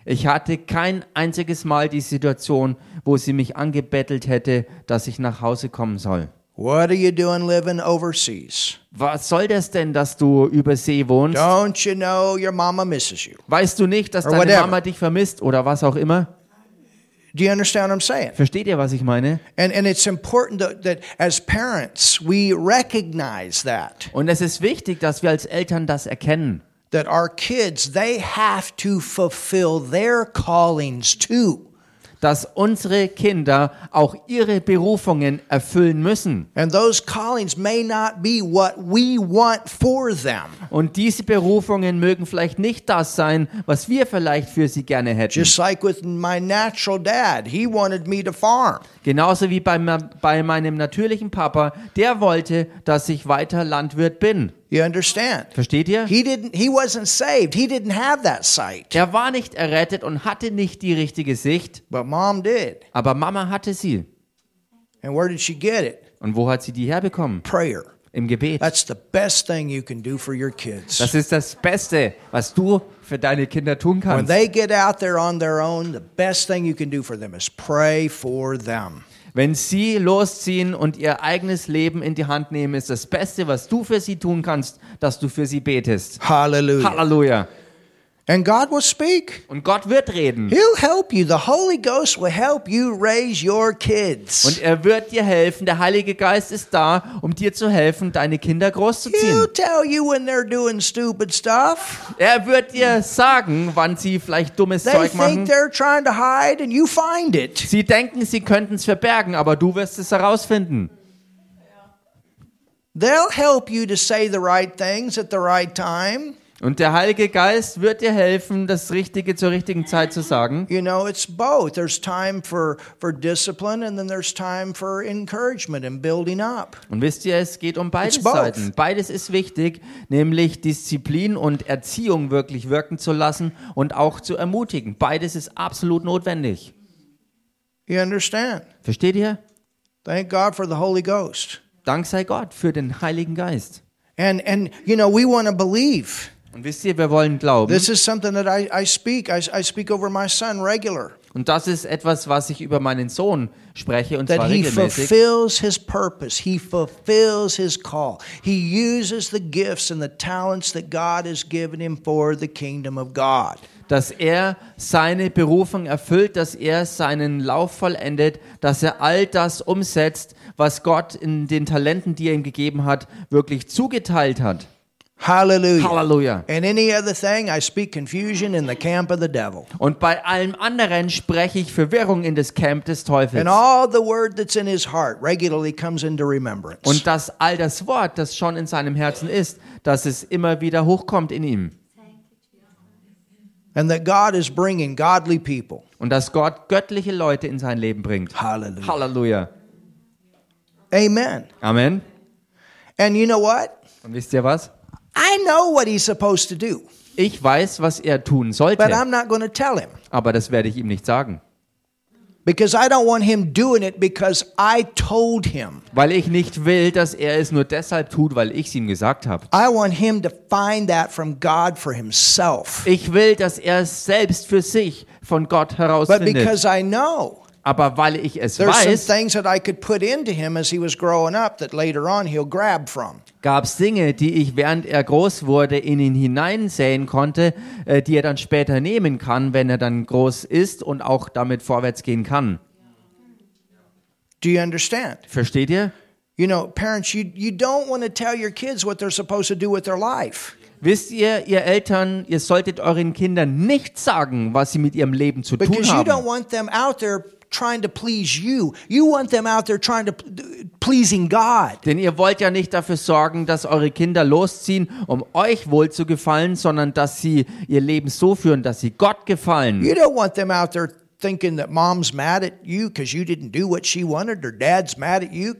B: Ich hatte kein einziges Mal die Situation, wo sie mich angebettelt hätte, dass ich nach Hause kommen soll.
A: What are you doing living overseas?
B: Was soll das denn, dass du über See wohnst?
A: Don't you know your mama misses you?
B: Weißt du nicht, dass
A: Or
B: deine
A: whatever.
B: Mama dich vermisst oder was auch immer?
A: Do you understand what I'm saying?
B: Versteht ihr, was ich meine?
A: And, and it's important that, that as parents, we recognize that,
B: Und es ist wichtig, dass wir als Eltern das erkennen.
A: that our kids, they have to fulfill their callings too.
B: Dass unsere Kinder auch ihre Berufungen erfüllen müssen.
A: And those callings may not be what we want for them.
B: Und diese Berufungen mögen vielleicht nicht das sein, was wir vielleicht für sie gerne hätten.
A: Just like with my natural dad, he wanted me to farm.
B: Genauso wie bei, ma- bei meinem natürlichen Papa, der wollte, dass ich weiter Landwirt bin.
A: You understand?
B: Versteht ihr?
A: He didn't he wasn't saved. He didn't have that sight.
B: Er war nicht errettet und hatte nicht die richtige Sicht,
A: But mom did.
B: aber Mama hatte sie.
A: And where did she get it?
B: Und wo hat sie die herbekommen?
A: Prayer.
B: Im Gebet.
A: That's the best thing you can do for your kids.
B: Das ist das Beste, was du für deine Kinder tun
A: When
B: kannst.
A: they get out there on their own, the best thing you can do for them is pray for them.
B: Wenn sie losziehen und ihr eigenes Leben in die Hand nehmen, ist das Beste, was du für sie tun kannst, dass du für sie betest.
A: Hallelujah.
B: Halleluja.
A: And God will speak.
B: Und Gott wird reden.
A: He'll help you. The Holy Ghost will help you raise your
B: Und
A: kids.
B: er wird dir helfen. Der Heilige Geist ist da, um dir zu helfen, deine Kinder großzuziehen.
A: He'll tell you when they're doing stupid stuff.
B: Er wird dir sagen, wann sie vielleicht dummes
A: They
B: Zeug
A: think
B: machen.
A: they're trying to hide and you find it.
B: Sie denken, sie könnten es verbergen, aber du wirst es herausfinden.
A: They'll help you to say the right things at the right time.
B: Und der Heilige Geist wird dir helfen, das Richtige zur richtigen Zeit zu sagen.
A: You know, it's both. There's time for, for discipline and then there's time for encouragement and building up.
B: Und wisst ihr, es geht um beides
A: It's both.
B: Seiten. Beides ist wichtig, nämlich Disziplin und Erziehung wirklich wirken zu lassen und auch zu ermutigen. Beides ist absolut notwendig.
A: You understand?
B: Versteht ihr?
A: Thank God for the Holy Ghost.
B: Dank sei Gott für den Heiligen Geist.
A: And and you know, we want to believe.
B: Und wisst ihr, wir wollen glauben.
A: This is something that I, I speak. I, I speak over my son regular.
B: Und das ist etwas, was ich über meinen Sohn spreche und zwar
A: That he
B: regelmäßig.
A: fulfills his purpose. He fulfills his call. He uses the gifts and the talents that God has given him for the kingdom of God.
B: dass er seine Berufung erfüllt, dass er seinen Lauf vollendet, dass er all das umsetzt, was Gott in den Talenten, die er ihm gegeben hat, wirklich zugeteilt hat.
A: Hallelujah.
B: Halleluja.
A: And any other thing, I speak confusion in the camp of the devil.
B: Und bei allem anderen spreche ich Verwirrung in das Camp des Teufels.
A: And all the word that's in his heart regularly comes into remembrance.
B: Und dass all das Wort, das schon in seinem Herzen ist, dass es immer wieder hochkommt in ihm.
A: and that God is bringing godly people.
B: Und dass Gott göttliche Leute in sein Leben bringt.
A: Hallelujah.
B: Halleluja.
A: Amen.
B: Amen.
A: And you know what?
B: Und wisst ihr was?
A: I know what he's supposed to do,
B: Ich weiß, was er tun sollte,
A: but I'm not going to tell him
B: aber das werde ich ihm nicht sagen.
A: because I don't want him doing it because I told him.
B: Weil ich nicht will, dass er es nur deshalb tut, weil ich es ihm gesagt habe.
A: I want him to find that from God for himself.
B: Ich will, dass er es selbst für sich von Gott
A: But
B: herausfindet.
A: because I know
B: Aber weil ich es
A: there's some
B: weiß,
A: things that I could put into him as he was growing up that later on he'll grab from.
B: gab es Dinge, die ich, während er groß wurde, in ihn hineinsäen konnte, äh, die er dann später nehmen kann, wenn er dann groß ist und auch damit vorwärts gehen kann.
A: Do you understand?
B: Versteht ihr?
A: You know, parents, you, you don't want to tell your kids what they're supposed to do with their life.
B: Wisst ihr, ihr Eltern, ihr solltet euren Kindern nicht sagen, was sie mit ihrem Leben zu tun
A: Because you
B: haben.
A: don't want them out there trying to please you. You want them out there trying to p- pleasing God.
B: Denn ihr wollt ja nicht dafür sorgen, dass eure Kinder losziehen, um euch wohl zu gefallen, sondern dass sie ihr Leben so führen, dass sie Gott gefallen.
A: You don't want them out there thinking that mom's mad at you because you didn't do what she wanted or dad's mad at you.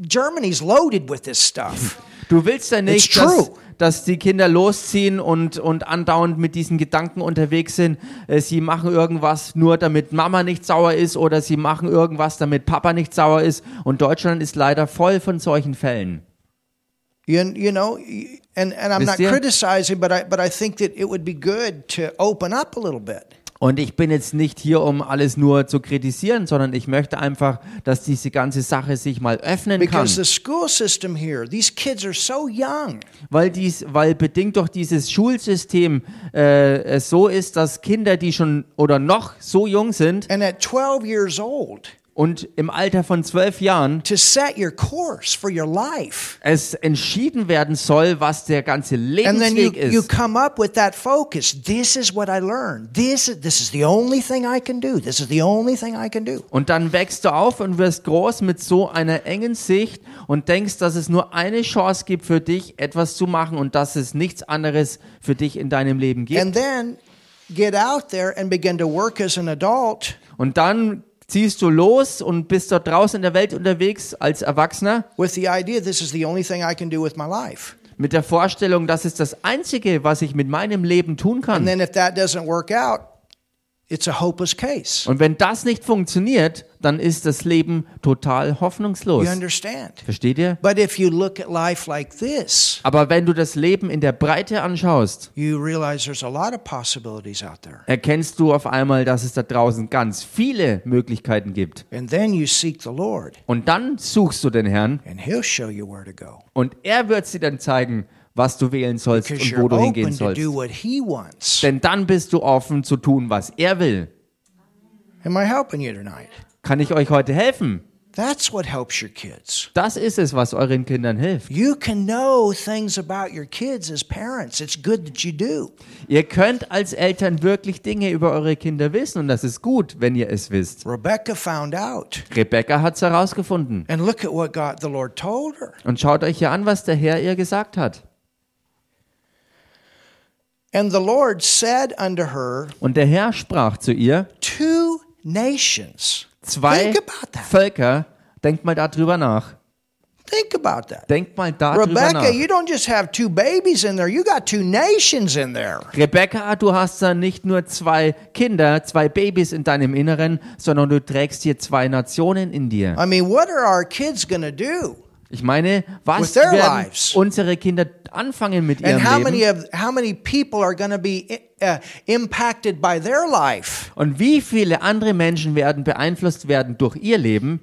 A: Germany's loaded with this stuff.
B: Du willst ja nicht,
A: It's true.
B: dass, dass die Kinder losziehen und, und andauernd mit diesen Gedanken unterwegs sind. Äh, Sie machen irgendwas nur, damit Mama nicht sauer ist oder sie machen irgendwas, damit Papa nicht sauer ist. Und Deutschland ist leider voll von solchen Fällen.
A: You, you know, and, and I'm not
B: Wisst ihr?
A: criticizing, but I, but I think that it would be good to open up a little bit.
B: Und ich bin jetzt nicht hier, um alles nur zu kritisieren, sondern ich möchte einfach, dass diese ganze Sache sich mal öffnen kann.
A: Because the school system here, these kids are so young.
B: Weil, dies, weil bedingt durch dieses Schulsystem äh, es so ist, dass Kinder, die schon oder noch so jung sind
A: And at 12 years old,
B: und im Alter von zwölf Jahren,
A: to set your course for your life.
B: es entschieden werden soll, was der ganze
A: And then you,
B: Lebensweg
A: you
B: ist.
A: come up with that focus. This is what I learned. This is, this is the only thing I can do. This is the only thing I can do.
B: Und dann wächst du auf und wirst groß mit so einer engen Sicht und denkst, dass es nur eine Chance gibt für dich, etwas zu machen und dass es nichts anderes für dich in deinem Leben gibt.
A: And then get out there and begin to work as an adult
B: Und dann ziehst du los und bist dort draußen in der Welt unterwegs als Erwachsener
A: with the idea this is the only thing I can do with my life.
B: mit der Vorstellung, das ist das Einzige, was ich mit meinem Leben
A: And
B: tun kann.
A: then if that doesn't work out, it's a hopeless case.
B: Und wenn das nicht funktioniert, dann ist das Leben total hoffnungslos.
A: You understand?
B: Versteht ihr?
A: But if you look at life like this,
B: Aber wenn du das Leben in der Breite anschaust,
A: you realize there's a lot of possibilities out there.
B: erkennst du auf einmal, dass es da draußen ganz viele Möglichkeiten gibt.
A: And then you seek the Lord,
B: Und dann suchst du den Herrn
A: and He'll show you where to go.
B: und er wird dir dann zeigen, was du wählen sollst
A: Because
B: und
A: you're
B: wo du hingehen
A: open to
B: sollst.
A: do what He wants.
B: Denn dann bist du offen zu tun, was er will.
A: Am I helping you tonight?
B: Kann ich euch heute helfen?
A: That's what helps your kids.
B: Das ist es, was euren Kindern hilft.
A: You can know things about your kids as parents. It's good that you do.
B: Ihr könnt als Eltern wirklich Dinge über eure Kinder wissen und das ist gut, wenn ihr es wisst.
A: Rebecca found out.
B: Rebecca hat's herausgefunden.
A: And look at what God the Lord told her.
B: Und schaut euch hier an, was der Herr ihr gesagt hat.
A: And the Lord said unto her,
B: Und der Herr sprach zu ihr,
A: Two nations.
B: zwei
A: Think about that.
B: Völker. Denkt mal darüber nach.
A: Think about that.
B: Denkt mal darüber
A: Rebecca,
B: nach.
A: you don't just have two babies in there, you got two nations in there.
B: Rebecca, du hast da nicht nur zwei Kinder, zwei Babys in deinem Inneren, sondern du trägst hier zwei Nationen in dir.
A: I mean, what are our kids going to do?
B: Ich meine, was
A: With their
B: werden
A: lives.
B: unsere Kinder anfangen mit
A: And
B: ihrem
A: how many
B: Leben?
A: of how many people are going to be uh, impacted by their life?
B: Und wie viele andere Menschen werden beeinflusst werden durch ihr Leben?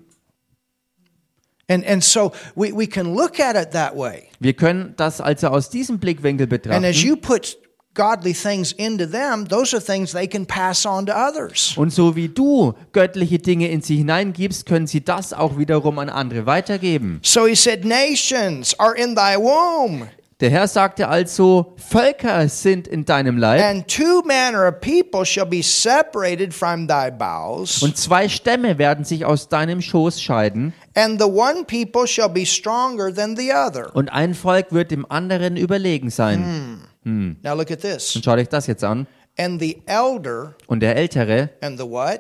A: And and so we, we can look at it that way.
B: Wir können das also aus diesem Blickwinkel
A: And as
B: betrachten.
A: you put godly things into them, those are things they can pass on to others.
B: Und so wie du göttliche Dinge in sie hineingibst, können sie das auch wiederum an andere weitergeben.
A: So he said, Nations are in thy womb,
B: Der Herr sagte also, Völker sind in deinem Leib
A: and two manner of people shall be separated from thy bowels.
B: und zwei Stämme werden sich aus deinem Schoß scheiden
A: And the one people shall be stronger than the other.
B: und ein Volk wird dem anderen überlegen sein.
A: Now look at this.
B: Und schaut euch das jetzt an.
A: And the elder
B: Und der Ältere
A: and the what?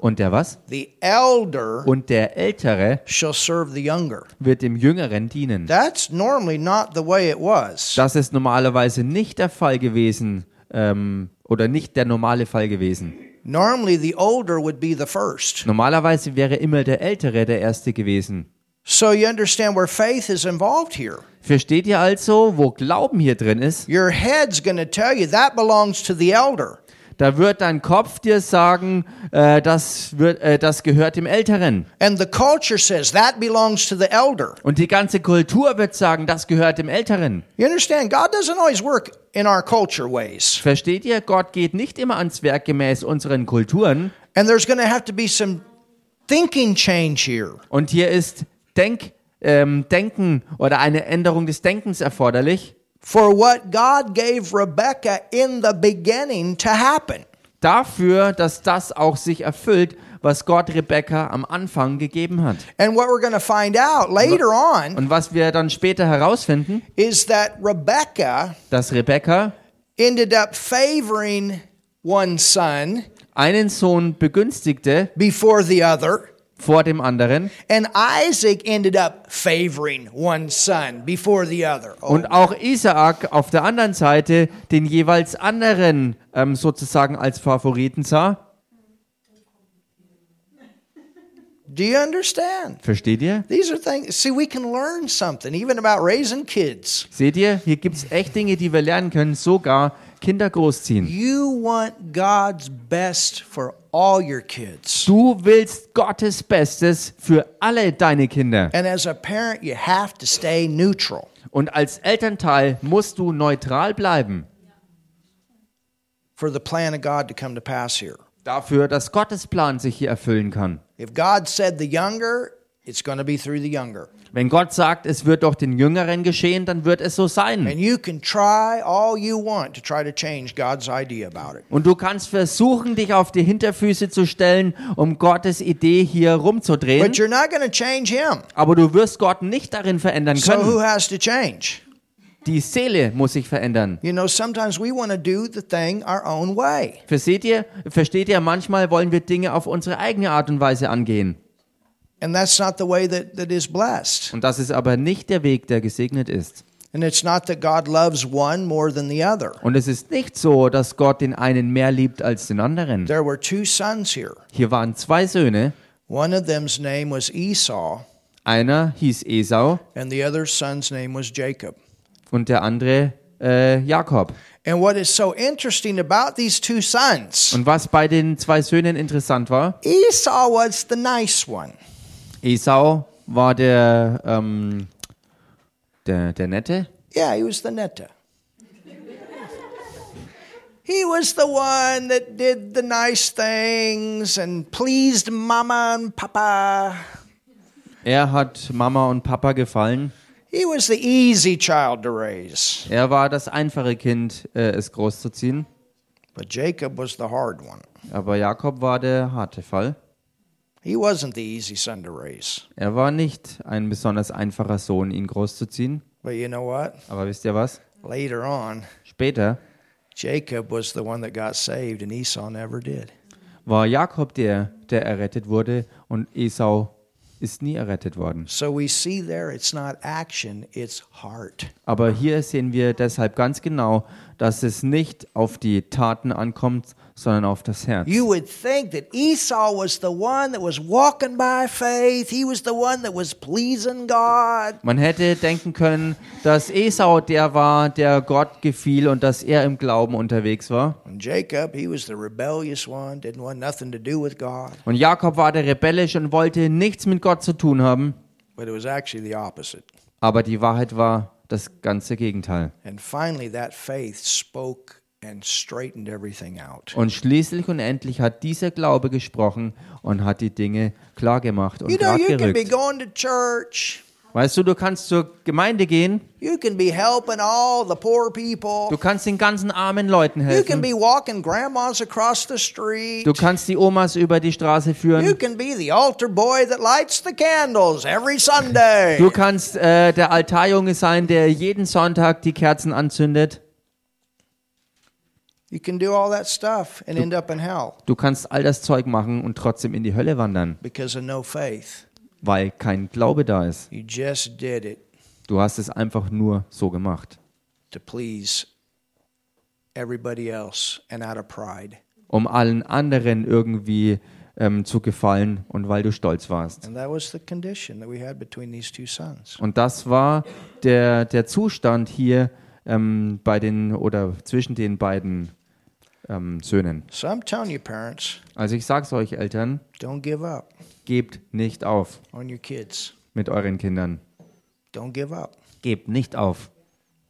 B: und der was?
A: The elder
B: Und der Ältere
A: shall serve the younger.
B: wird dem Jüngeren dienen.
A: That's normally not the way it was.
B: Das ist normalerweise nicht der Fall gewesen ähm, oder nicht der normale Fall gewesen.
A: Normally the older would be the first.
B: Normalerweise wäre immer der Ältere der Erste gewesen.
A: So you understand where faith is involved here.
B: Versteht ihr also, wo Glauben hier drin ist?
A: Your head's going to tell you that belongs to the elder.
B: Da wird dein Kopf dir sagen, äh, das, wird, äh, das gehört dem Älteren.
A: And the culture says that belongs to the elder.
B: Und die ganze Kultur wird sagen, das gehört dem Älteren.
A: You understand? God doesn't always work in our culture ways.
B: Versteht ihr, Gott geht nicht immer ans Werk gemäß unseren Kulturen.
A: And there's going to have to be some thinking change here.
B: Und hier ist Denk, ähm, Denken oder eine Änderung des Denkens erforderlich.
A: for what God gave Rebecca in the beginning to happen.
B: dafür, dass das auch sich erfüllt, was Gott Rebekka am Anfang gegeben hat.
A: And what we're going to find out later on
B: Und was wir dann später herausfinden,
A: is that Rebecca
B: dass Rebekka
A: ended up favoring one son
B: einen Sohn begünstigte
A: before the other,
B: vor dem anderen
A: and Isaac ended up favoring one son before the other. Oh,
B: und auch Isaak auf der anderen Seite den jeweils anderen ähm, sozusagen als Favoriten sah.
A: do you understand?
B: Versteht ihr?
A: These are things, see, we can learn something even about raising kids.
B: Seht ihr, hier gibt es echt Dinge, die wir lernen können, sogar Kinder großziehen.
A: You want God's best for all your kids.
B: Du willst Gottes Bestes für alle deine Kinder.
A: And as a parent, you have to stay neutral.
B: Und als Elternteil musst du neutral bleiben,
A: for the plan of God to come to pass here.
B: dafür, dass Gottes Plan sich hier erfüllen kann.
A: If God said the younger, it's going to be through the younger.
B: Wenn Gott sagt, es wird doch den Jüngeren geschehen, dann wird es so sein.
A: And you can try all you want to try to change God's idea about it.
B: Und du kannst versuchen, dich auf die Hinterfüße zu stellen, um Gottes Idee hier rumzudrehen.
A: But you're not going to change him.
B: Aber du wirst Gott nicht darin verändern
A: So who
B: können.
A: has to change?
B: Die Seele muss sich verändern.
A: You know, sometimes we want to do the thing our own way.
B: Versteht ihr? Versteht ihr? Manchmal wollen wir Dinge auf unsere eigene Art und Weise angehen.
A: And that's not the way that, that is blessed.
B: Und das ist aber nicht der Weg, der gesegnet ist.
A: And it's not that God loves one more than the other.
B: Und es ist nicht so, dass Gott den einen mehr liebt als den anderen.
A: There were two sons here.
B: Hier waren zwei Söhne.
A: One of them's name was Esau,
B: Einer hieß Esau
A: and the other son's name was Jacob.
B: und der andere äh, Jakob.
A: And what is so interesting about these two sons,
B: Und was bei den zwei Söhnen interessant war,
A: Esau was the nice one,
B: Esau war der, ähm, der, der Nette.
A: yeah, he was the netta. He was the one that did the nice things and pleased mama and papa.
B: Er hat Mama und Papa gefallen.
A: He was the easy child to raise.
B: Er war das einfache Kind, äh, es großzuziehen.
A: But Jacob was the hard one.
B: Aber Jakob war der harte Fall.
A: He wasn't the easy son to raise.
B: Er war nicht ein besonders einfacher Sohn, ihn großzuziehen.
A: But you know what?
B: Aber wisst ihr was?
A: Later on,
B: Später
A: Jacob was the one that got saved and Esau never did.
B: war Jakob der, der errettet wurde und Esau ist nie errettet worden.
A: So we see there it's not action, it's heart.
B: Aber hier sehen wir deshalb ganz genau, dass es nicht auf die Taten ankommt, sondern auf das Herz.
A: You would think that Esau was the one that was walking by faith, he was the one that was pleasing God.
B: Man hätte denken können, dass Esau der war, der Gott gefiel und dass er im Glauben unterwegs war.
A: And Jacob, he was the rebellious one, didn't want nothing to do with God.
B: Und Jakob war der rebellisch und wollte nichts mit Gott zu tun haben.
A: But it was actually the opposite.
B: Aber die Wahrheit war das ganze Gegenteil.
A: And finally, that faith spoke and straightened everything out.
B: Und schließlich und endlich hat dieser Glaube gesprochen und hat die Dinge klar gemacht und
A: You know,
B: gerade
A: you can be
B: gerückt.
A: going to church,
B: Weißt du, du kannst zur Gemeinde gehen,
A: you can be helping all the poor people,
B: du kannst den ganzen armen Leuten
A: you can
B: helfen,
A: be walking grandmas across the street.
B: du kannst die Omas über die Straße
A: You
B: führen,
A: can be the altar boy that lights the candles every Sunday.
B: du kannst äh, der Altarjunge sein, der jeden Sonntag die Kerzen anzündet.
A: You can do all that stuff and end up in hell
B: Du kannst all das Zeug machen und trotzdem in die Hölle wandern,
A: because of no faith.
B: weil kein Glaube da ist.
A: You just did it
B: Du hast es einfach nur so gemacht,
A: to please everybody else and out of pride.
B: um allen anderen irgendwie ähm, zu gefallen und weil du stolz warst.
A: And that was the condition that we had between these two sons.
B: Und das war der, der Zustand hier ähm, bei den oder zwischen den beiden ähm, Söhnen.
A: So I'm telling you, parents,
B: Also ich sag's euch, Eltern,
A: don't give up
B: gebt nicht auf
A: on your kids.
B: mit euren Kindern.
A: Don't give up.
B: Gebt nicht auf.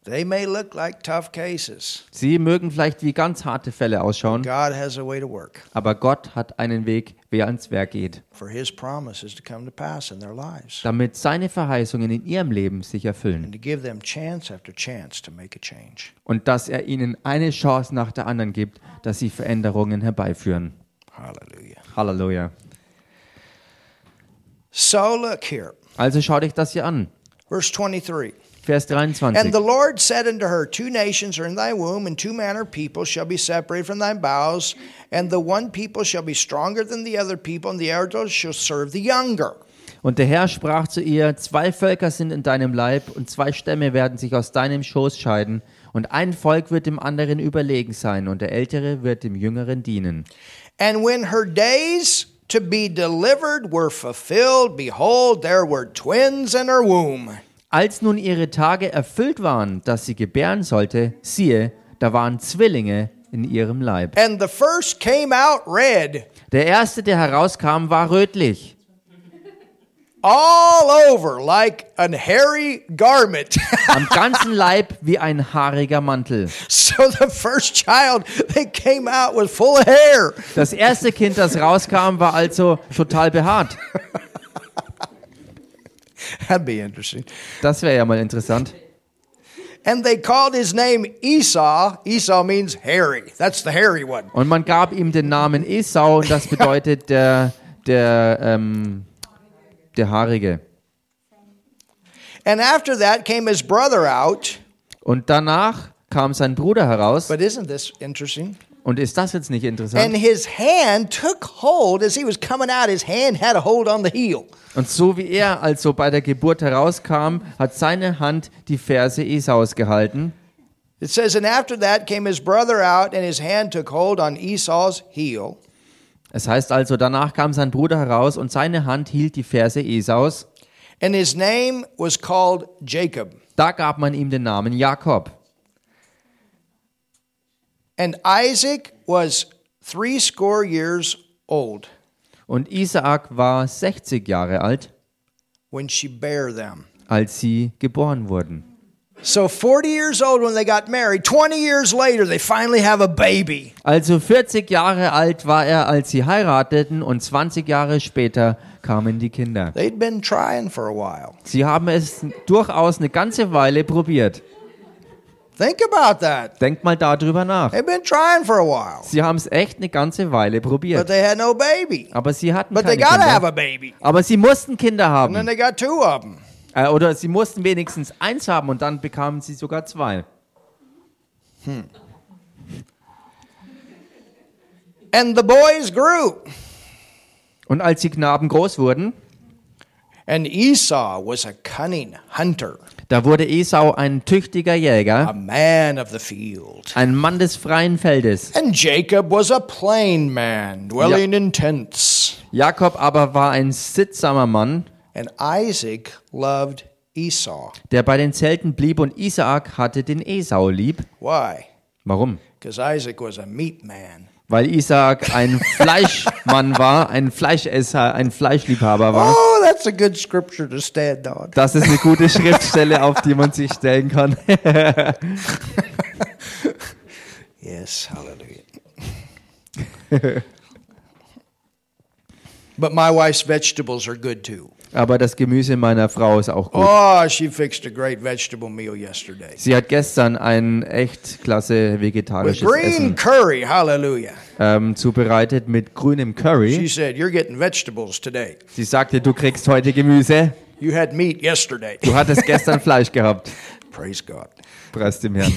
A: They may look like tough cases.
B: Sie mögen vielleicht wie ganz harte Fälle ausschauen,
A: God has a way to work
B: aber Gott hat einen Weg, wer ans Werk geht,
A: for His promises to come to pass in their lives.
B: damit seine Verheißungen in ihrem Leben sich erfüllen
A: and to give them chance after chance to make a change.
B: und dass er ihnen eine Chance nach der anderen gibt, dass sie Veränderungen herbeiführen.
A: Hallelujah.
B: Halleluja.
A: So look here,
B: Also schau dich das hier an.
A: verse 23.
B: Vers
A: And
B: 23.
A: the Lord said unto her, Two nations are in thy womb, and two manner of people shall be separated from thy bowels, and the one people shall be stronger than the other people, and the elder shall serve the younger.
B: Und der Herr sprach zu ihr, zwei Völker sind in deinem Leib und zwei Stämme werden sich aus deinem Schoß scheiden und ein Volk wird dem anderen überlegen sein und der Ältere wird dem Jüngeren dienen.
A: And when her days to be delivered were fulfilled, behold, there were twins in her womb.
B: Als nun ihre Tage erfüllt waren, dass sie gebären sollte, siehe, da waren Zwillinge in ihrem Leib.
A: And the first came out red
B: Der erste, der herauskam, war rötlich,
A: all over like an hairy garment.
B: am ganzen Leib wie ein haariger Mantel.
A: so the first child that came out was full of hair.
B: Das erste Kind, das rauskam, war also total behaart.
A: That'd be interesting.
B: Das wäre ja mal interessant.
A: And they called his name Esau. Esau means hairy. That's the hairy one.
B: Und man gab ihm den Namen Esau und das bedeutet der, der, ähm, der Haarige.
A: And after that came his brother out.
B: Und danach kam sein Bruder heraus.
A: But isn't this interesting?
B: Und ist das jetzt nicht
A: And
B: interessant?
A: his hand took hold as he was coming out. His hand had a hold on the heel.
B: Und so wie er also bei der Geburt herauskam, hat seine Hand die Ferse Esaus gehalten.
A: It says, And after that came his brother out, and his hand took hold on Esau's heel.
B: Es heißt also, danach kam sein Bruder heraus und seine Hand hielt die Ferse Esaus.
A: And his name was called Jacob.
B: Da gab man ihm den Namen Jakob.
A: And Isaac was threescore years old
B: Und Isaak war 60 Jahre alt,
A: when she bare them.
B: als sie geboren wurden.
A: So 40 years old when they got married. 20 years later, they finally have a baby.
B: Also 40 Jahre alt war er, als sie heirateten und 20 Jahre später kamen die Kinder.
A: They'd been trying for a while.
B: Sie haben es durchaus eine ganze Weile probiert.
A: Think about that.
B: Denkt mal darüber nach.
A: They've been trying for a while,
B: Sie haben es echt eine ganze Weile
A: but
B: probiert.
A: they had no baby.
B: Aber sie hatten
A: But they
B: keine
A: gotta have
B: Kinder.
A: a baby.
B: Aber sie mussten Kinder
A: And then
B: haben.
A: they got two of them.
B: Äh, oder sie mussten wenigstens eins haben und dann bekamen sie sogar zwei.
A: And the boys grew.
B: Und als die Knaben groß wurden,
A: And Esau was a cunning hunter,
B: da wurde Esau ein tüchtiger
A: a
B: Jäger,
A: man of the field.
B: ein Mann des freien Feldes.
A: And Jacob was a plain man, dwelling in tents.
B: Jakob aber war ein sittsamer Mann,
A: And Isaac loved Esau.
B: der bei den Zelten blieb und Isaak hatte den Esau lieb.
A: Why?
B: Warum?
A: Because Isaac was a meat man.
B: Weil Isaak ein Fleischmann war, ein Fleischesser, ein Fleischliebhaber war.
A: Oh, that's a good scripture to stand on.
B: Das ist eine gute Schriftstelle, auf die man sich stellen kann.
A: Yes, hallelujah. but my wife's vegetables are good too.
B: Aber das Gemüse meiner Frau ist auch gut.
A: Oh, she fixed a great vegetable meal yesterday.
B: Sie hat gestern ein echt klasse
A: With
B: vegetarisches
A: green
B: Essen
A: curry, hallelujah.
B: ähm, zubereitet mit grünem Curry.
A: She said, You're getting vegetables today.
B: Sie sagte, du kriegst heute Gemüse.
A: You had meat yesterday.
B: Du hattest gestern Fleisch gehabt.
A: Praise God.
B: Preis dem Herrn.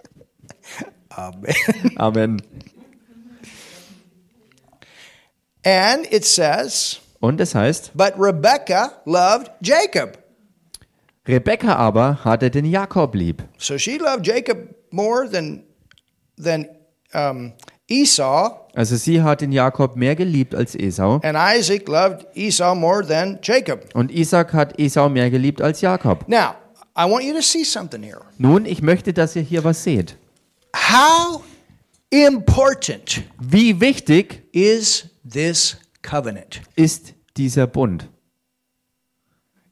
A: Amen.
B: Amen.
A: And it says,
B: Und es heißt,
A: But Rebekah loved Jacob.
B: Rebekka aber hatte den Jakob lieb.
A: So she loved Jacob more than, than um, Esau,
B: Also sie hat den Jakob mehr geliebt als Esau
A: and Isaac loved Esau more than Jacob.
B: und Isaac hat Esau mehr geliebt als Jakob.
A: Now, I want you to see something here.
B: Nun, ich möchte, dass ihr hier was seht.
A: How important
B: Wie wichtig
A: is this covenant?
B: ist dieser Bund?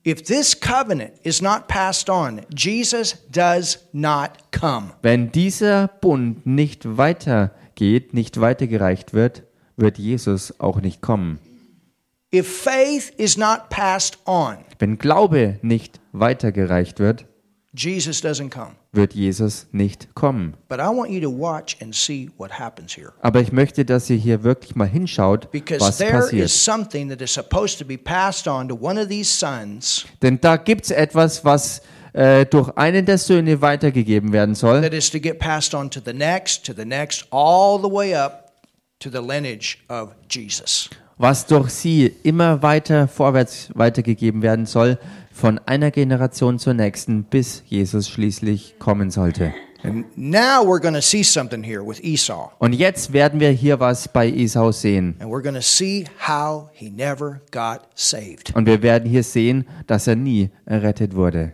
A: If this covenant is not passed on, Jesus does not come.
B: Wenn dieser Bund nicht weitergeht, nicht weitergereicht wird, wird Jesus auch nicht kommen.
A: If faith is not passed on,
B: Wenn Glaube nicht weitergereicht wird,
A: Jesus doesn't come.
B: wird Jesus nicht kommen.
A: But I want you to watch and see what happens here.
B: Aber ich möchte, dass ihr hier wirklich mal hinschaut,
A: Because
B: was
A: there is
B: passiert.
A: something that is supposed to be passed on to one of these sons
B: Denn da gibt es etwas, was äh, durch einen der Söhne weitergegeben werden soll.
A: that is to get passed on to the next, to the next, all the way up to the lineage of Jesus.
B: was durch sie immer weiter vorwärts weitergegeben werden soll, von einer Generation zur nächsten, bis Jesus schließlich kommen sollte.
A: Now we're going to see something here with Esau,
B: Und jetzt werden wir hier was bei Esau sehen.
A: and we're going to see how he never got saved.
B: Und wir werden hier sehen, dass er nie errettet wurde.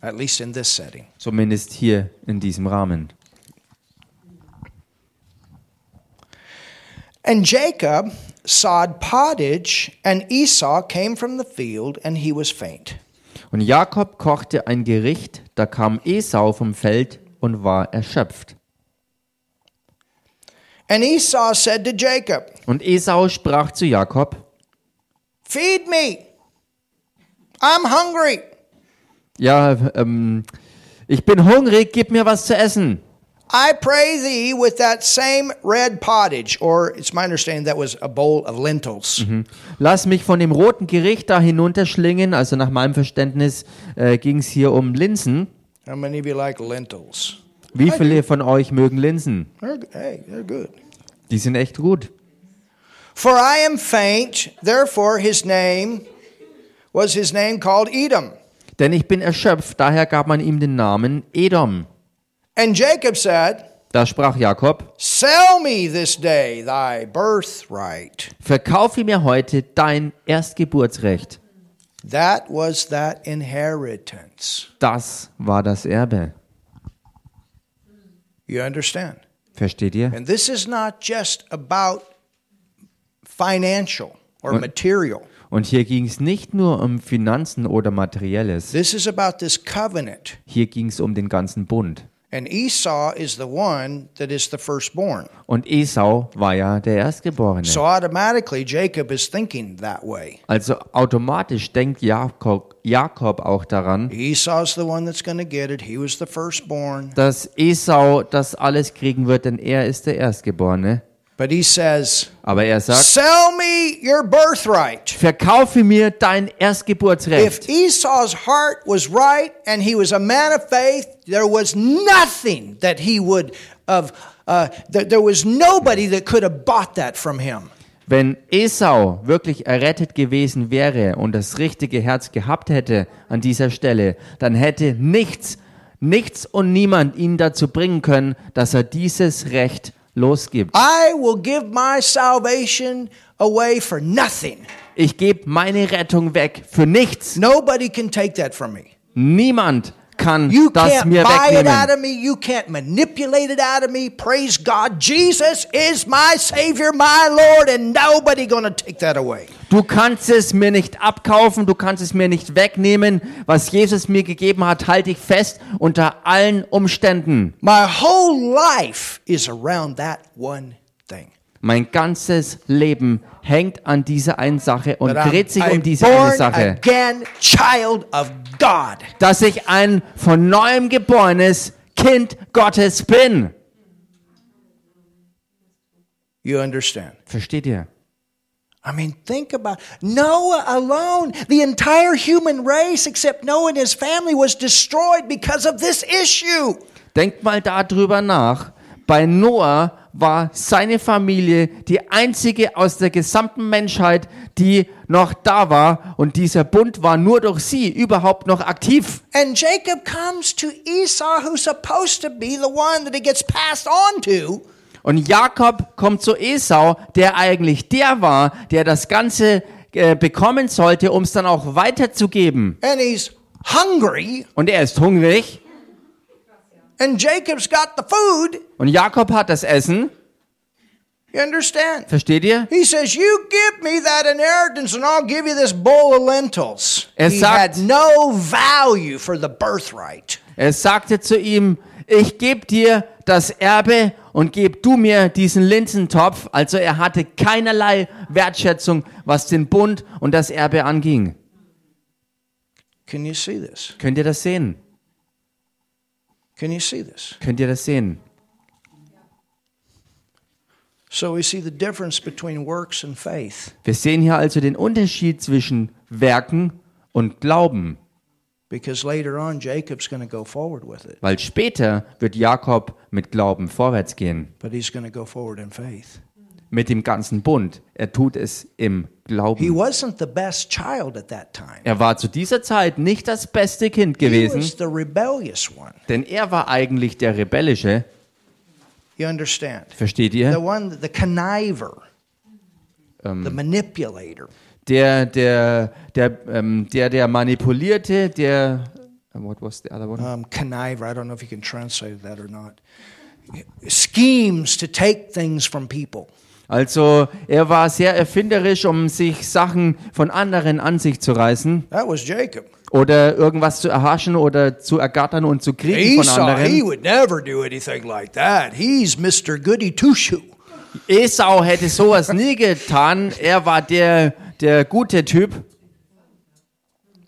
A: At least in this setting.
B: Zumindest hier in diesem Rahmen.
A: And Jacob sawed pottage, and Esau came from the field, and he was faint.
B: Und Jakob kochte ein Gericht, da kam Esau vom Feld und war erschöpft.
A: And Esau said to Jacob,
B: Und Esau sprach zu Jakob,
A: Feed me. I'm hungry.
B: ja, ähm, ich bin hungrig, gib mir was zu essen.
A: I pray thee with that same red pottage, or it's my understanding that was a bowl of lentils.
B: Lass mich von dem roten Gericht da hinunterschlingen. Also nach meinem Verständnis äh, ging es hier um Linsen.
A: How many of you like lentils?
B: Wie viele von euch mögen Linsen?
A: They're, hey, they're good.
B: Die sind echt gut.
A: For I am faint, therefore his name was his name called Edom.
B: Denn ich bin erschöpft, daher gab man ihm den Namen Edom.
A: And Jacob said,
B: Da sprach Jakob,
A: Sell me this day thy birthright.
B: verkaufe mir heute dein Erstgeburtsrecht.
A: That was that inheritance.
B: Das war das Erbe.
A: You understand?
B: Versteht ihr?
A: And this is not just about financial or material.
B: Und hier ging es nicht nur um Finanzen oder Materielles.
A: This is about this covenant.
B: Hier ging es um den ganzen Bund.
A: And Esau is the one that is the firstborn.
B: Und Esau war ja der Erstgeborene.
A: So automatically, Jacob is thinking that way.
B: Also automatisch denkt Jakob, Jakob auch daran,
A: Esau's the one that's going to get it. He was the firstborn.
B: dass Esau das alles kriegen wird, denn er ist der Erstgeborene.
A: But he says,
B: Aber er sagt,
A: Sell me your birthright.
B: verkaufe mir dein Erstgeburtsrecht.
A: If Esau's heart was right and he was a man of faith, there was nothing that he would of uh, th- there was nobody that could have bought that from him.
B: Wenn Esau wirklich errettet gewesen wäre und das richtige Herz gehabt hätte an dieser Stelle, dann hätte nichts, nichts und niemand ihn dazu bringen können, dass er dieses Recht losgibt.
A: I will give my salvation away for nothing.
B: Ich gebe meine Rettung weg für nichts.
A: Nobody can take that from me.
B: Niemand kann
A: You
B: das
A: can't
B: mir
A: buy it out
B: wegnehmen.
A: of me. You can't manipulate it out of me. Praise God. Jesus is my Savior, my Lord, and nobody going to take that away.
B: Du kannst es mir nicht abkaufen, du kannst es mir nicht wegnehmen. Was Jesus mir gegeben hat, halte ich fest unter allen Umständen.
A: My whole life is around that one thing.
B: Mein ganzes Leben hängt an dieser einen Sache und
A: That I'm
B: dreht sich
A: a
B: um diese eine
A: born
B: Sache.
A: again child of God.
B: Dass ich ein von neuem geborenes Kind Gottes bin.
A: You understand?
B: Versteht ihr?
A: I mean, think about Noah alone. The entire human race, except Noah and his family, was destroyed because of this issue.
B: Denkt mal darüber nach. Bei Noah war seine Familie die einzige aus der gesamten Menschheit, die noch da war. Und dieser Bund war nur durch sie überhaupt noch aktiv.
A: And Jacob comes to Esau, who's supposed to be the one that it gets passed on to.
B: Und Jakob kommt zu Esau, der eigentlich der war, der das Ganze äh, bekommen sollte, um es dann auch weiterzugeben.
A: And he's hungry.
B: Und er ist hungrig.
A: And Jacob's got the food.
B: Und Jakob hat das Essen.
A: You understand?
B: Versteht ihr?
A: He says, You give me that inheritance and I'll give you this bowl of lentils.
B: Er
A: he
B: sagt-
A: had no value for the birthright.
B: Er sagte zu ihm, ich gebe dir das Erbe und gib du mir diesen Linsentopf. Also er hatte keinerlei Wertschätzung, was den Bund und das Erbe anging.
A: Can you see this?
B: Könnt ihr das sehen?
A: Can you see this?
B: Könnt ihr das sehen?
A: So we see the difference between works and faith
B: Wir sehen hier also den Unterschied zwischen Werken und Glauben,
A: because later on Jacob's going to go forward with it,
B: weil später wird Jakob mit Glauben vorwärts gehen,
A: but he's going to go forward in faith.
B: mit dem ganzen Bund. Er tut es im
A: He
B: Glauben.
A: wasn't the best child at that time.
B: Er war zu dieser Zeit nicht das beste Kind
A: He
B: gewesen,
A: was the rebellious one.
B: denn er war eigentlich der Rebellische,
A: You understand?
B: versteht
A: The
B: ihr?
A: one, the conniver, the manipulator.
B: Der, der, der, ähm, der, der manipulierte, der. What was the other one?
A: Um, conniver, I don't know if you can translate that or not. Schemes to take things from people.
B: Also, er war sehr erfinderisch, um sich Sachen von anderen an sich zu reißen.
A: That was Jacob.
B: oder irgendwas zu erhaschen oder zu ergattern und zu kriegen von
A: Esau, he
B: anderen.
A: would never do anything like that. He's Mr. Goody Two Shoe.
B: Esau hätte sowas nie getan. Er war der, der gute Typ.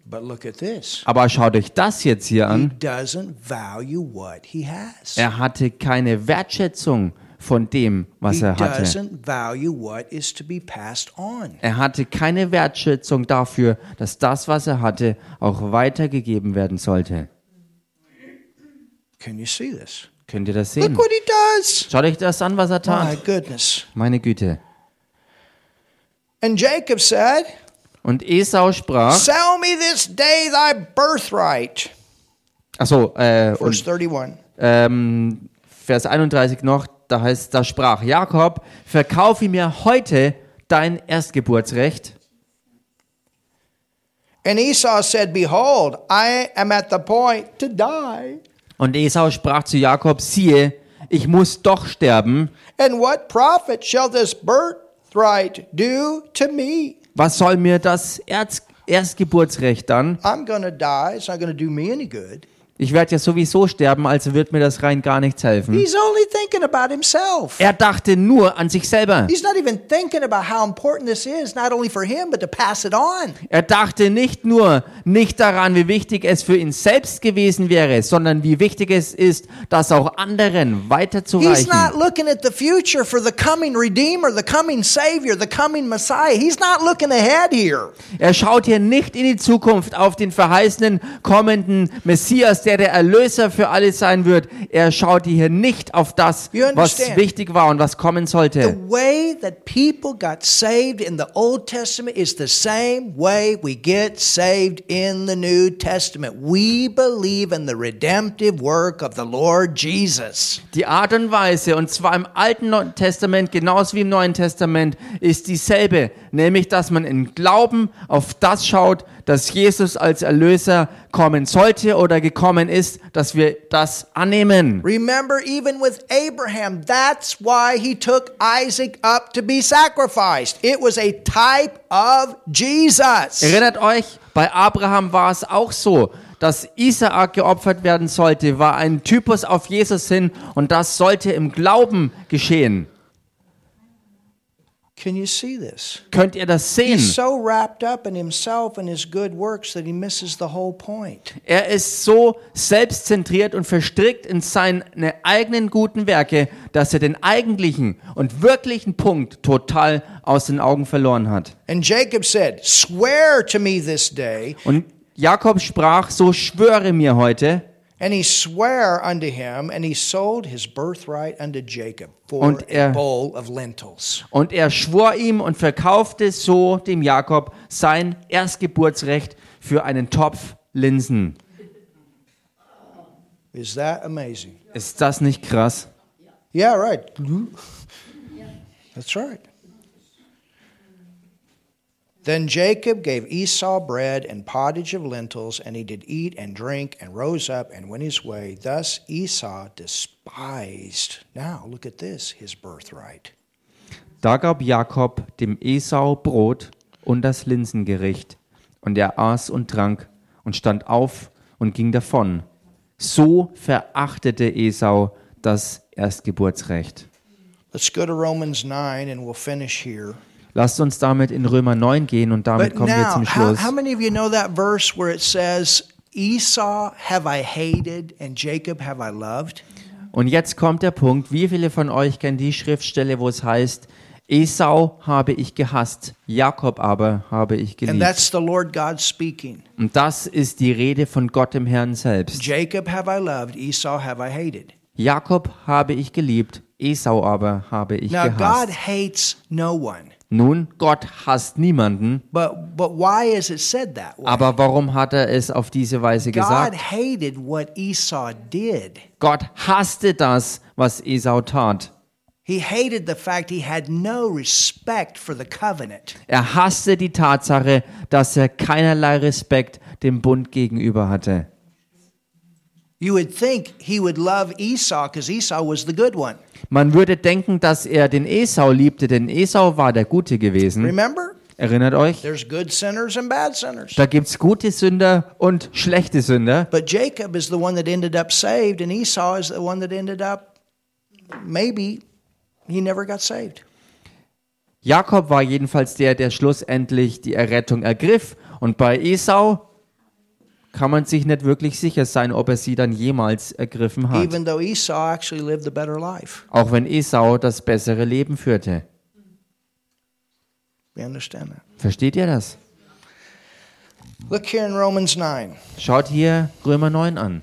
A: But look at this.
B: Aber schaut euch das jetzt hier
A: He
B: an.
A: doesn't value what he has.
B: Er hatte keine Wertschätzung von dem, was
A: He
B: er hatte.
A: doesn't value what is to be passed on.
B: Er hatte keine Wertschätzung dafür, dass das, was er hatte, auch weitergegeben werden sollte.
A: Can you see this?
B: Könnt ihr das
A: Look
B: sehen?
A: what he does.
B: Schaut euch das an, was er
A: My
B: tat.
A: goodness.
B: Meine Güte.
A: And Jacob said,
B: Und Esau sprach,
A: Sell me this day thy birthright.
B: achso, äh, und
A: Verse 31.
B: ähm, Vers 31 noch, da heißt, da sprach Jakob, verkaufe mir heute dein Erstgeburtsrecht.
A: And Esau said, Behold, I am at the point to die.
B: Und Esau sprach zu Jakob, siehe, ich muss doch sterben.
A: And what profit shall this birthright do to me?
B: Was soll mir das Erz Erstgeburtsrecht dann?
A: I'm going to die. It's not going to do me any good.
B: Ich werde ja sowieso sterben, also wird mir das rein gar nichts helfen.
A: He's only thinking about himself.
B: Er dachte nur an sich selber.
A: He's not even thinking about how important this is, not only for him, but to pass it on.
B: Er dachte nicht nur nicht daran, wie wichtig es für ihn selbst gewesen wäre, sondern wie wichtig es ist, das auch anderen
A: He's
B: weiterzureichen.
A: not looking at the future for the coming Redeemer, the coming Savior, the coming Messiah. He's not looking ahead here.
B: Er schaut hier nicht in die Zukunft auf den verheißenen kommenden Messias, der der Erlöser für alle sein wird. Er schaut hier nicht auf das,
A: You
B: was
A: understand?
B: wichtig war und was kommen
A: The
B: sollte.
A: way that people got saved in the Old Testament is the same way we get saved in the New Testament. We believe in the redemptive work of the Lord Jesus.
B: Die Art und Weise, und zwar im Alten Neu- Testament genauso wie im Neuen Testament, ist dieselbe, nämlich dass man im Glauben auf das schaut, dass Jesus als Erlöser kommen sollte oder gekommen ist, dass wir das annehmen.
A: Remember, even with Abraham, that's why he took Isaac up to be sacrificed. It was a type of Jesus.
B: Erinnert euch, bei Abraham war es auch so, dass Isaak geopfert werden sollte, war ein Typus auf Jesus hin und das sollte im Glauben geschehen.
A: Can you see this?
B: Könnt ihr das sehen?
A: He's so wrapped up in himself and his good works that he misses the whole point.
B: Er ist so selbstzentriert und verstrickt in seine eigenen guten Werke, dass er den eigentlichen und wirklichen Punkt total aus den Augen verloren hat.
A: And Jacob said, Swear to me this day.
B: Und Jakob sprach, so schwöre mir heute.
A: And he sware unto him, and he sold his birthright unto Jacob for
B: Und
A: a
B: er-
A: bowl of lentils.
B: Und er schwor ihm und verkaufte so dem Jakob sein Erstgeburtsrecht für einen Topf Linsen.
A: Is that amazing?
B: Ist das nicht krass?
A: Yeah, right. Mm-hmm. That's right. Then Jacob gave Esau bread and pottage of lentils, and he did eat and drink and rose up and went his way. Thus Esau despised. Now, look at this his birthright.
B: Da gab Jakob dem Esau Brot und das Linsengericht. Und er aß und trank und stand auf und ging davon. So verachtete Esau das Erstgeburtsrecht.
A: Let's go to Romans 9 and we'll finish here.
B: Lasst uns damit in Römer 9 gehen und damit
A: But
B: kommen wir
A: now,
B: zum
A: how,
B: Schluss.
A: how many of you know that verse where it says, Esau have I hated and Jacob have I loved?
B: Und jetzt kommt der Punkt, wie viele von euch kennen die Schriftstelle, wo es heißt, Esau habe ich gehasst, Jakob aber habe ich
A: And
B: geliebt.
A: that's the Lord God speaking.
B: Und das ist die Rede von Gott im Herrn selbst.
A: Jacob have I loved, Esau have I hated.
B: Jakob habe ich geliebt, Esau aber habe ich
A: Now, God
B: gehasst.
A: hates no one.
B: Nun, Gott hasst niemanden,
A: But, but why is it said that way?
B: aber warum hat er es auf diese Weise
A: God
B: gesagt?
A: hated what Esau did.
B: Gott hasste das, was Esau tat.
A: He hated the fact he had no respect for the covenant.
B: Er hasste die Tatsache, dass er keinerlei Respekt dem Bund gegenüber hatte.
A: You would think he would love Esau because Esau was the good one.
B: Man würde denken, dass er den Esau liebte, denn Esau war der Gute gewesen.
A: Remember?
B: Erinnert euch?
A: There's good sinners and bad sinners.
B: Da gibt's gute Sünder und schlechte Sünder.
A: But Jacob is the one that ended up saved, and Esau is the one that ended up maybe he never got saved.
B: Jakob war jedenfalls der, der schlussendlich die Errettung ergriff. Und bei Esau kann man sich nicht wirklich sicher sein, ob er sie dann jemals ergriffen hat.
A: Even though Esau actually lived the better life.
B: Auch wenn Esau das bessere Leben führte.
A: You understand that?
B: Versteht ihr das?
A: Look here in Romans 9,
B: Schaut hier Römer 9 an.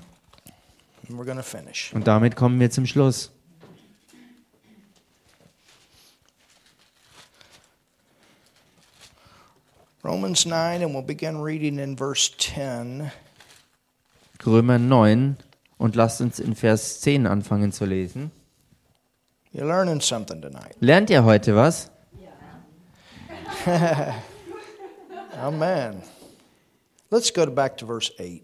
A: and we're going to finish.
B: Und damit kommen wir zum Schluss.
A: Romans 9, and we'll begin reading in verse 10.
B: Römer 9 und lasst uns in Vers 10 anfangen zu lesen.
A: You're learning something tonight.
B: Lernt ihr heute was?
A: Amen. Let's go to- back to verse 8.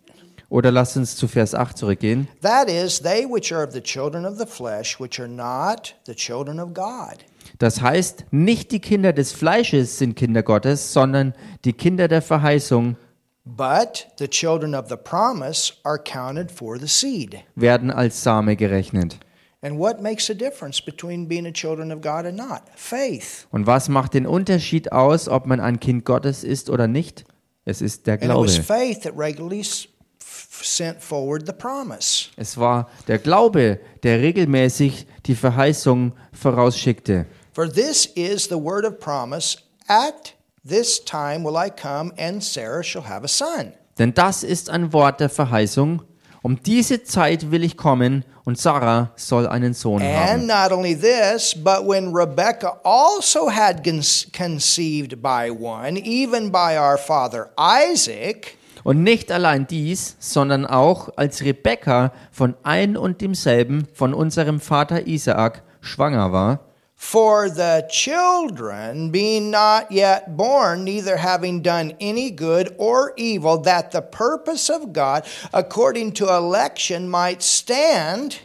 B: Oder lasst uns zu Vers 8 zurückgehen.
A: That is, they which are of the children of the flesh, which are not the children of God.
B: Das heißt, nicht die Kinder des Fleisches sind Kinder Gottes, sondern die Kinder der Verheißung
A: But the children of the promise are counted for the seed.
B: werden als Same gerechnet.
A: And what makes a difference between being a children of God and not? Faith.
B: Und was macht den Unterschied aus, ob man ein Kind Gottes ist oder nicht? Es ist der
A: And it was
B: Glaube.
A: faith that regularly s- f- sent forward the promise.
B: Es war der Glaube, der regelmäßig die Verheißung vorausschickte.
A: For this is the word of promise At this time will I come, and Sarah shall have a son.
B: Denn das ist ein Wort der Verheißung. Um diese Zeit will ich kommen und Sarah soll einen Sohn
A: And
B: haben.
A: not only this, but when Rebekah also had con- conceived by one, even by our father Isaac,
B: Und nicht allein dies, sondern auch als Rebekka von ein und demselben, von unserem Vater Isaak, schwanger war.
A: For the children, being not yet born, neither having done any good or evil, that the purpose of God according to election might stand,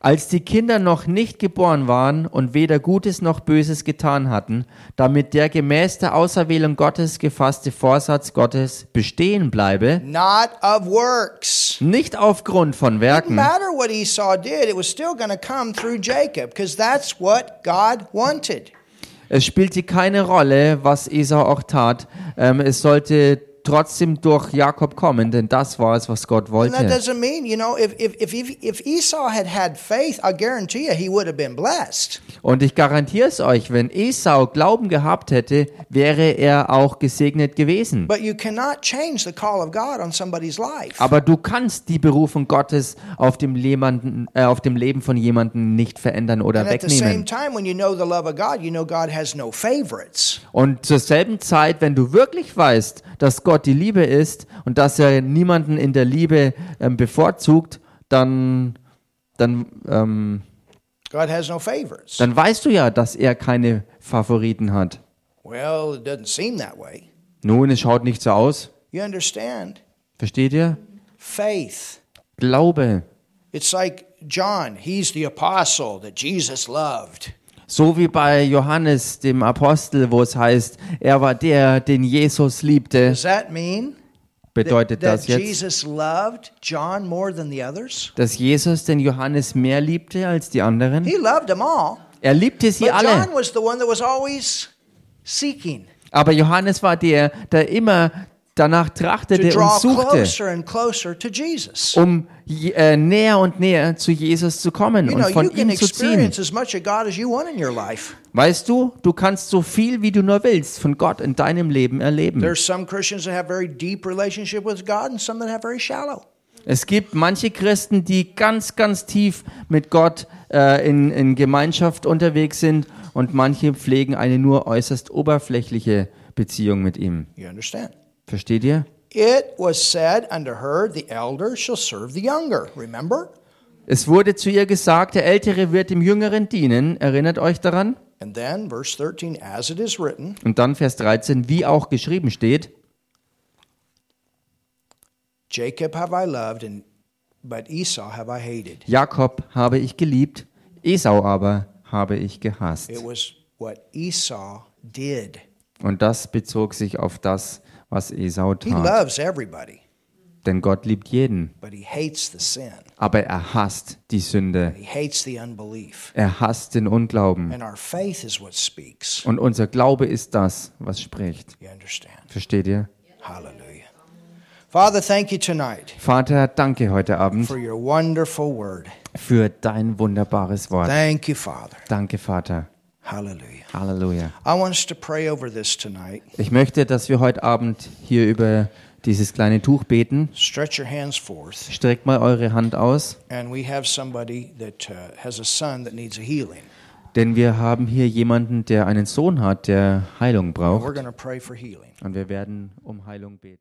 B: Als die Kinder noch nicht geboren waren und weder Gutes noch Böses getan hatten, damit der gemäß der Auserwählung Gottes gefasste Vorsatz Gottes bestehen bleibe,
A: not of works.
B: nicht aufgrund von
A: Didn't
B: Werken,
A: matter what Esau did, it was still going to come through Jacob, because that's what God wanted.
B: Es spielte keine Rolle, was Esau auch tat. Ähm, es sollte trotzdem durch Jakob kommen, denn das war es, was Gott
A: And that
B: wollte.
A: doesn't mean, you know, if, if, if, if Esau had had faith, I guarantee you he would have been blessed.
B: Und ich garantiere es euch, wenn Esau Glauben gehabt hätte, wäre er auch gesegnet gewesen.
A: But you cannot change the call of God on somebody's life.
B: Aber du kannst die Berufung Gottes auf dem, Lehmann, äh, auf dem Leben von jemandem nicht verändern oder
A: And at the same
B: wegnehmen.
A: time, when you know the love of God, you know God has no favorites.
B: Und zur selben Zeit, wenn du wirklich weißt, dass Gott die Liebe ist und dass er niemanden in der Liebe ähm, bevorzugt, dann, dann, ähm,
A: God has no favorites.
B: dann weißt du ja, dass er keine Favoriten hat.
A: Well, it doesn't seem that way.
B: Nun, es schaut nicht so aus.
A: You understand?
B: Versteht ihr?
A: Faith.
B: Glaube.
A: It's like John, he's the apostle that Jesus loved.
B: So wie bei Johannes, dem Apostel, wo es heißt, er war der, den Jesus liebte.
A: Does that mean
B: Bedeutet
A: that
B: das jetzt,
A: Jesus loved John more than the others?
B: dass Jesus den Johannes mehr liebte als die anderen?
A: He loved them all.
B: Er liebte sie
A: But
B: alle.
A: John was the one that was always seeking
B: Aber Johannes war der, der immer danach
A: to
B: trachtete und
A: draw
B: suchte,
A: closer and closer to Jesus.
B: um je- äh, näher und näher zu Jesus zu kommen
A: You
B: und
A: know, you
B: von
A: can
B: ihm zu ziehen.
A: experience as much of God as you want in your life.
B: Weißt du, du kannst so viel, wie du nur willst, von Gott in deinem Leben erleben.
A: There's some Christians that have very deep relationship with God and some that have very shallow.
B: Es gibt manche Christen, die ganz, ganz tief mit Gott äh, in, in Gemeinschaft unterwegs sind und manche pflegen eine nur äußerst oberflächliche Beziehung mit ihm.
A: You understand?
B: Versteht ihr?
A: It was said unto her, the elder shall serve the younger. Remember?
B: Es wurde zu ihr gesagt, der Ältere wird dem Jüngeren dienen. Erinnert euch daran?
A: And then, verse 13, as it is written,
B: Und dann Vers 13, wie auch geschrieben steht,
A: Jacob have I loved, and but Esau have I hated.
B: Jakob habe ich geliebt, Esau aber habe ich gehasst.
A: It was what Esau did.
B: Und das bezog sich auf das, was Esau
A: He
B: tat.
A: loves everybody,
B: Denn Gott liebt jeden,
A: but he hates the sin.
B: aber er hasst die Sünde.
A: He hates the unbelief.
B: Er hasst den Unglauben.
A: And our faith is what speaks.
B: Und unser Glaube ist das, was spricht.
A: You understand?
B: Versteht ihr?
A: Hallelujah. Father, thank you tonight
B: Vater, danke heute Abend
A: for your wonderful word.
B: für dein wunderbares Wort.
A: Thank you, Father.
B: Danke, Vater.
A: Hallelujah.
B: Halleluja.
A: I want us to pray over this tonight.
B: Ich möchte, dass wir heute Abend hier über dieses kleine Tuch beten.
A: Stretch your hands forth.
B: Streckt mal eure Hand aus,
A: And we have somebody that uh, has a son that needs a healing.
B: denn wir haben hier jemanden, der einen Sohn hat, der Heilung
A: We're
B: braucht.
A: going to pray for healing.
B: Und wir werden um Heilung beten.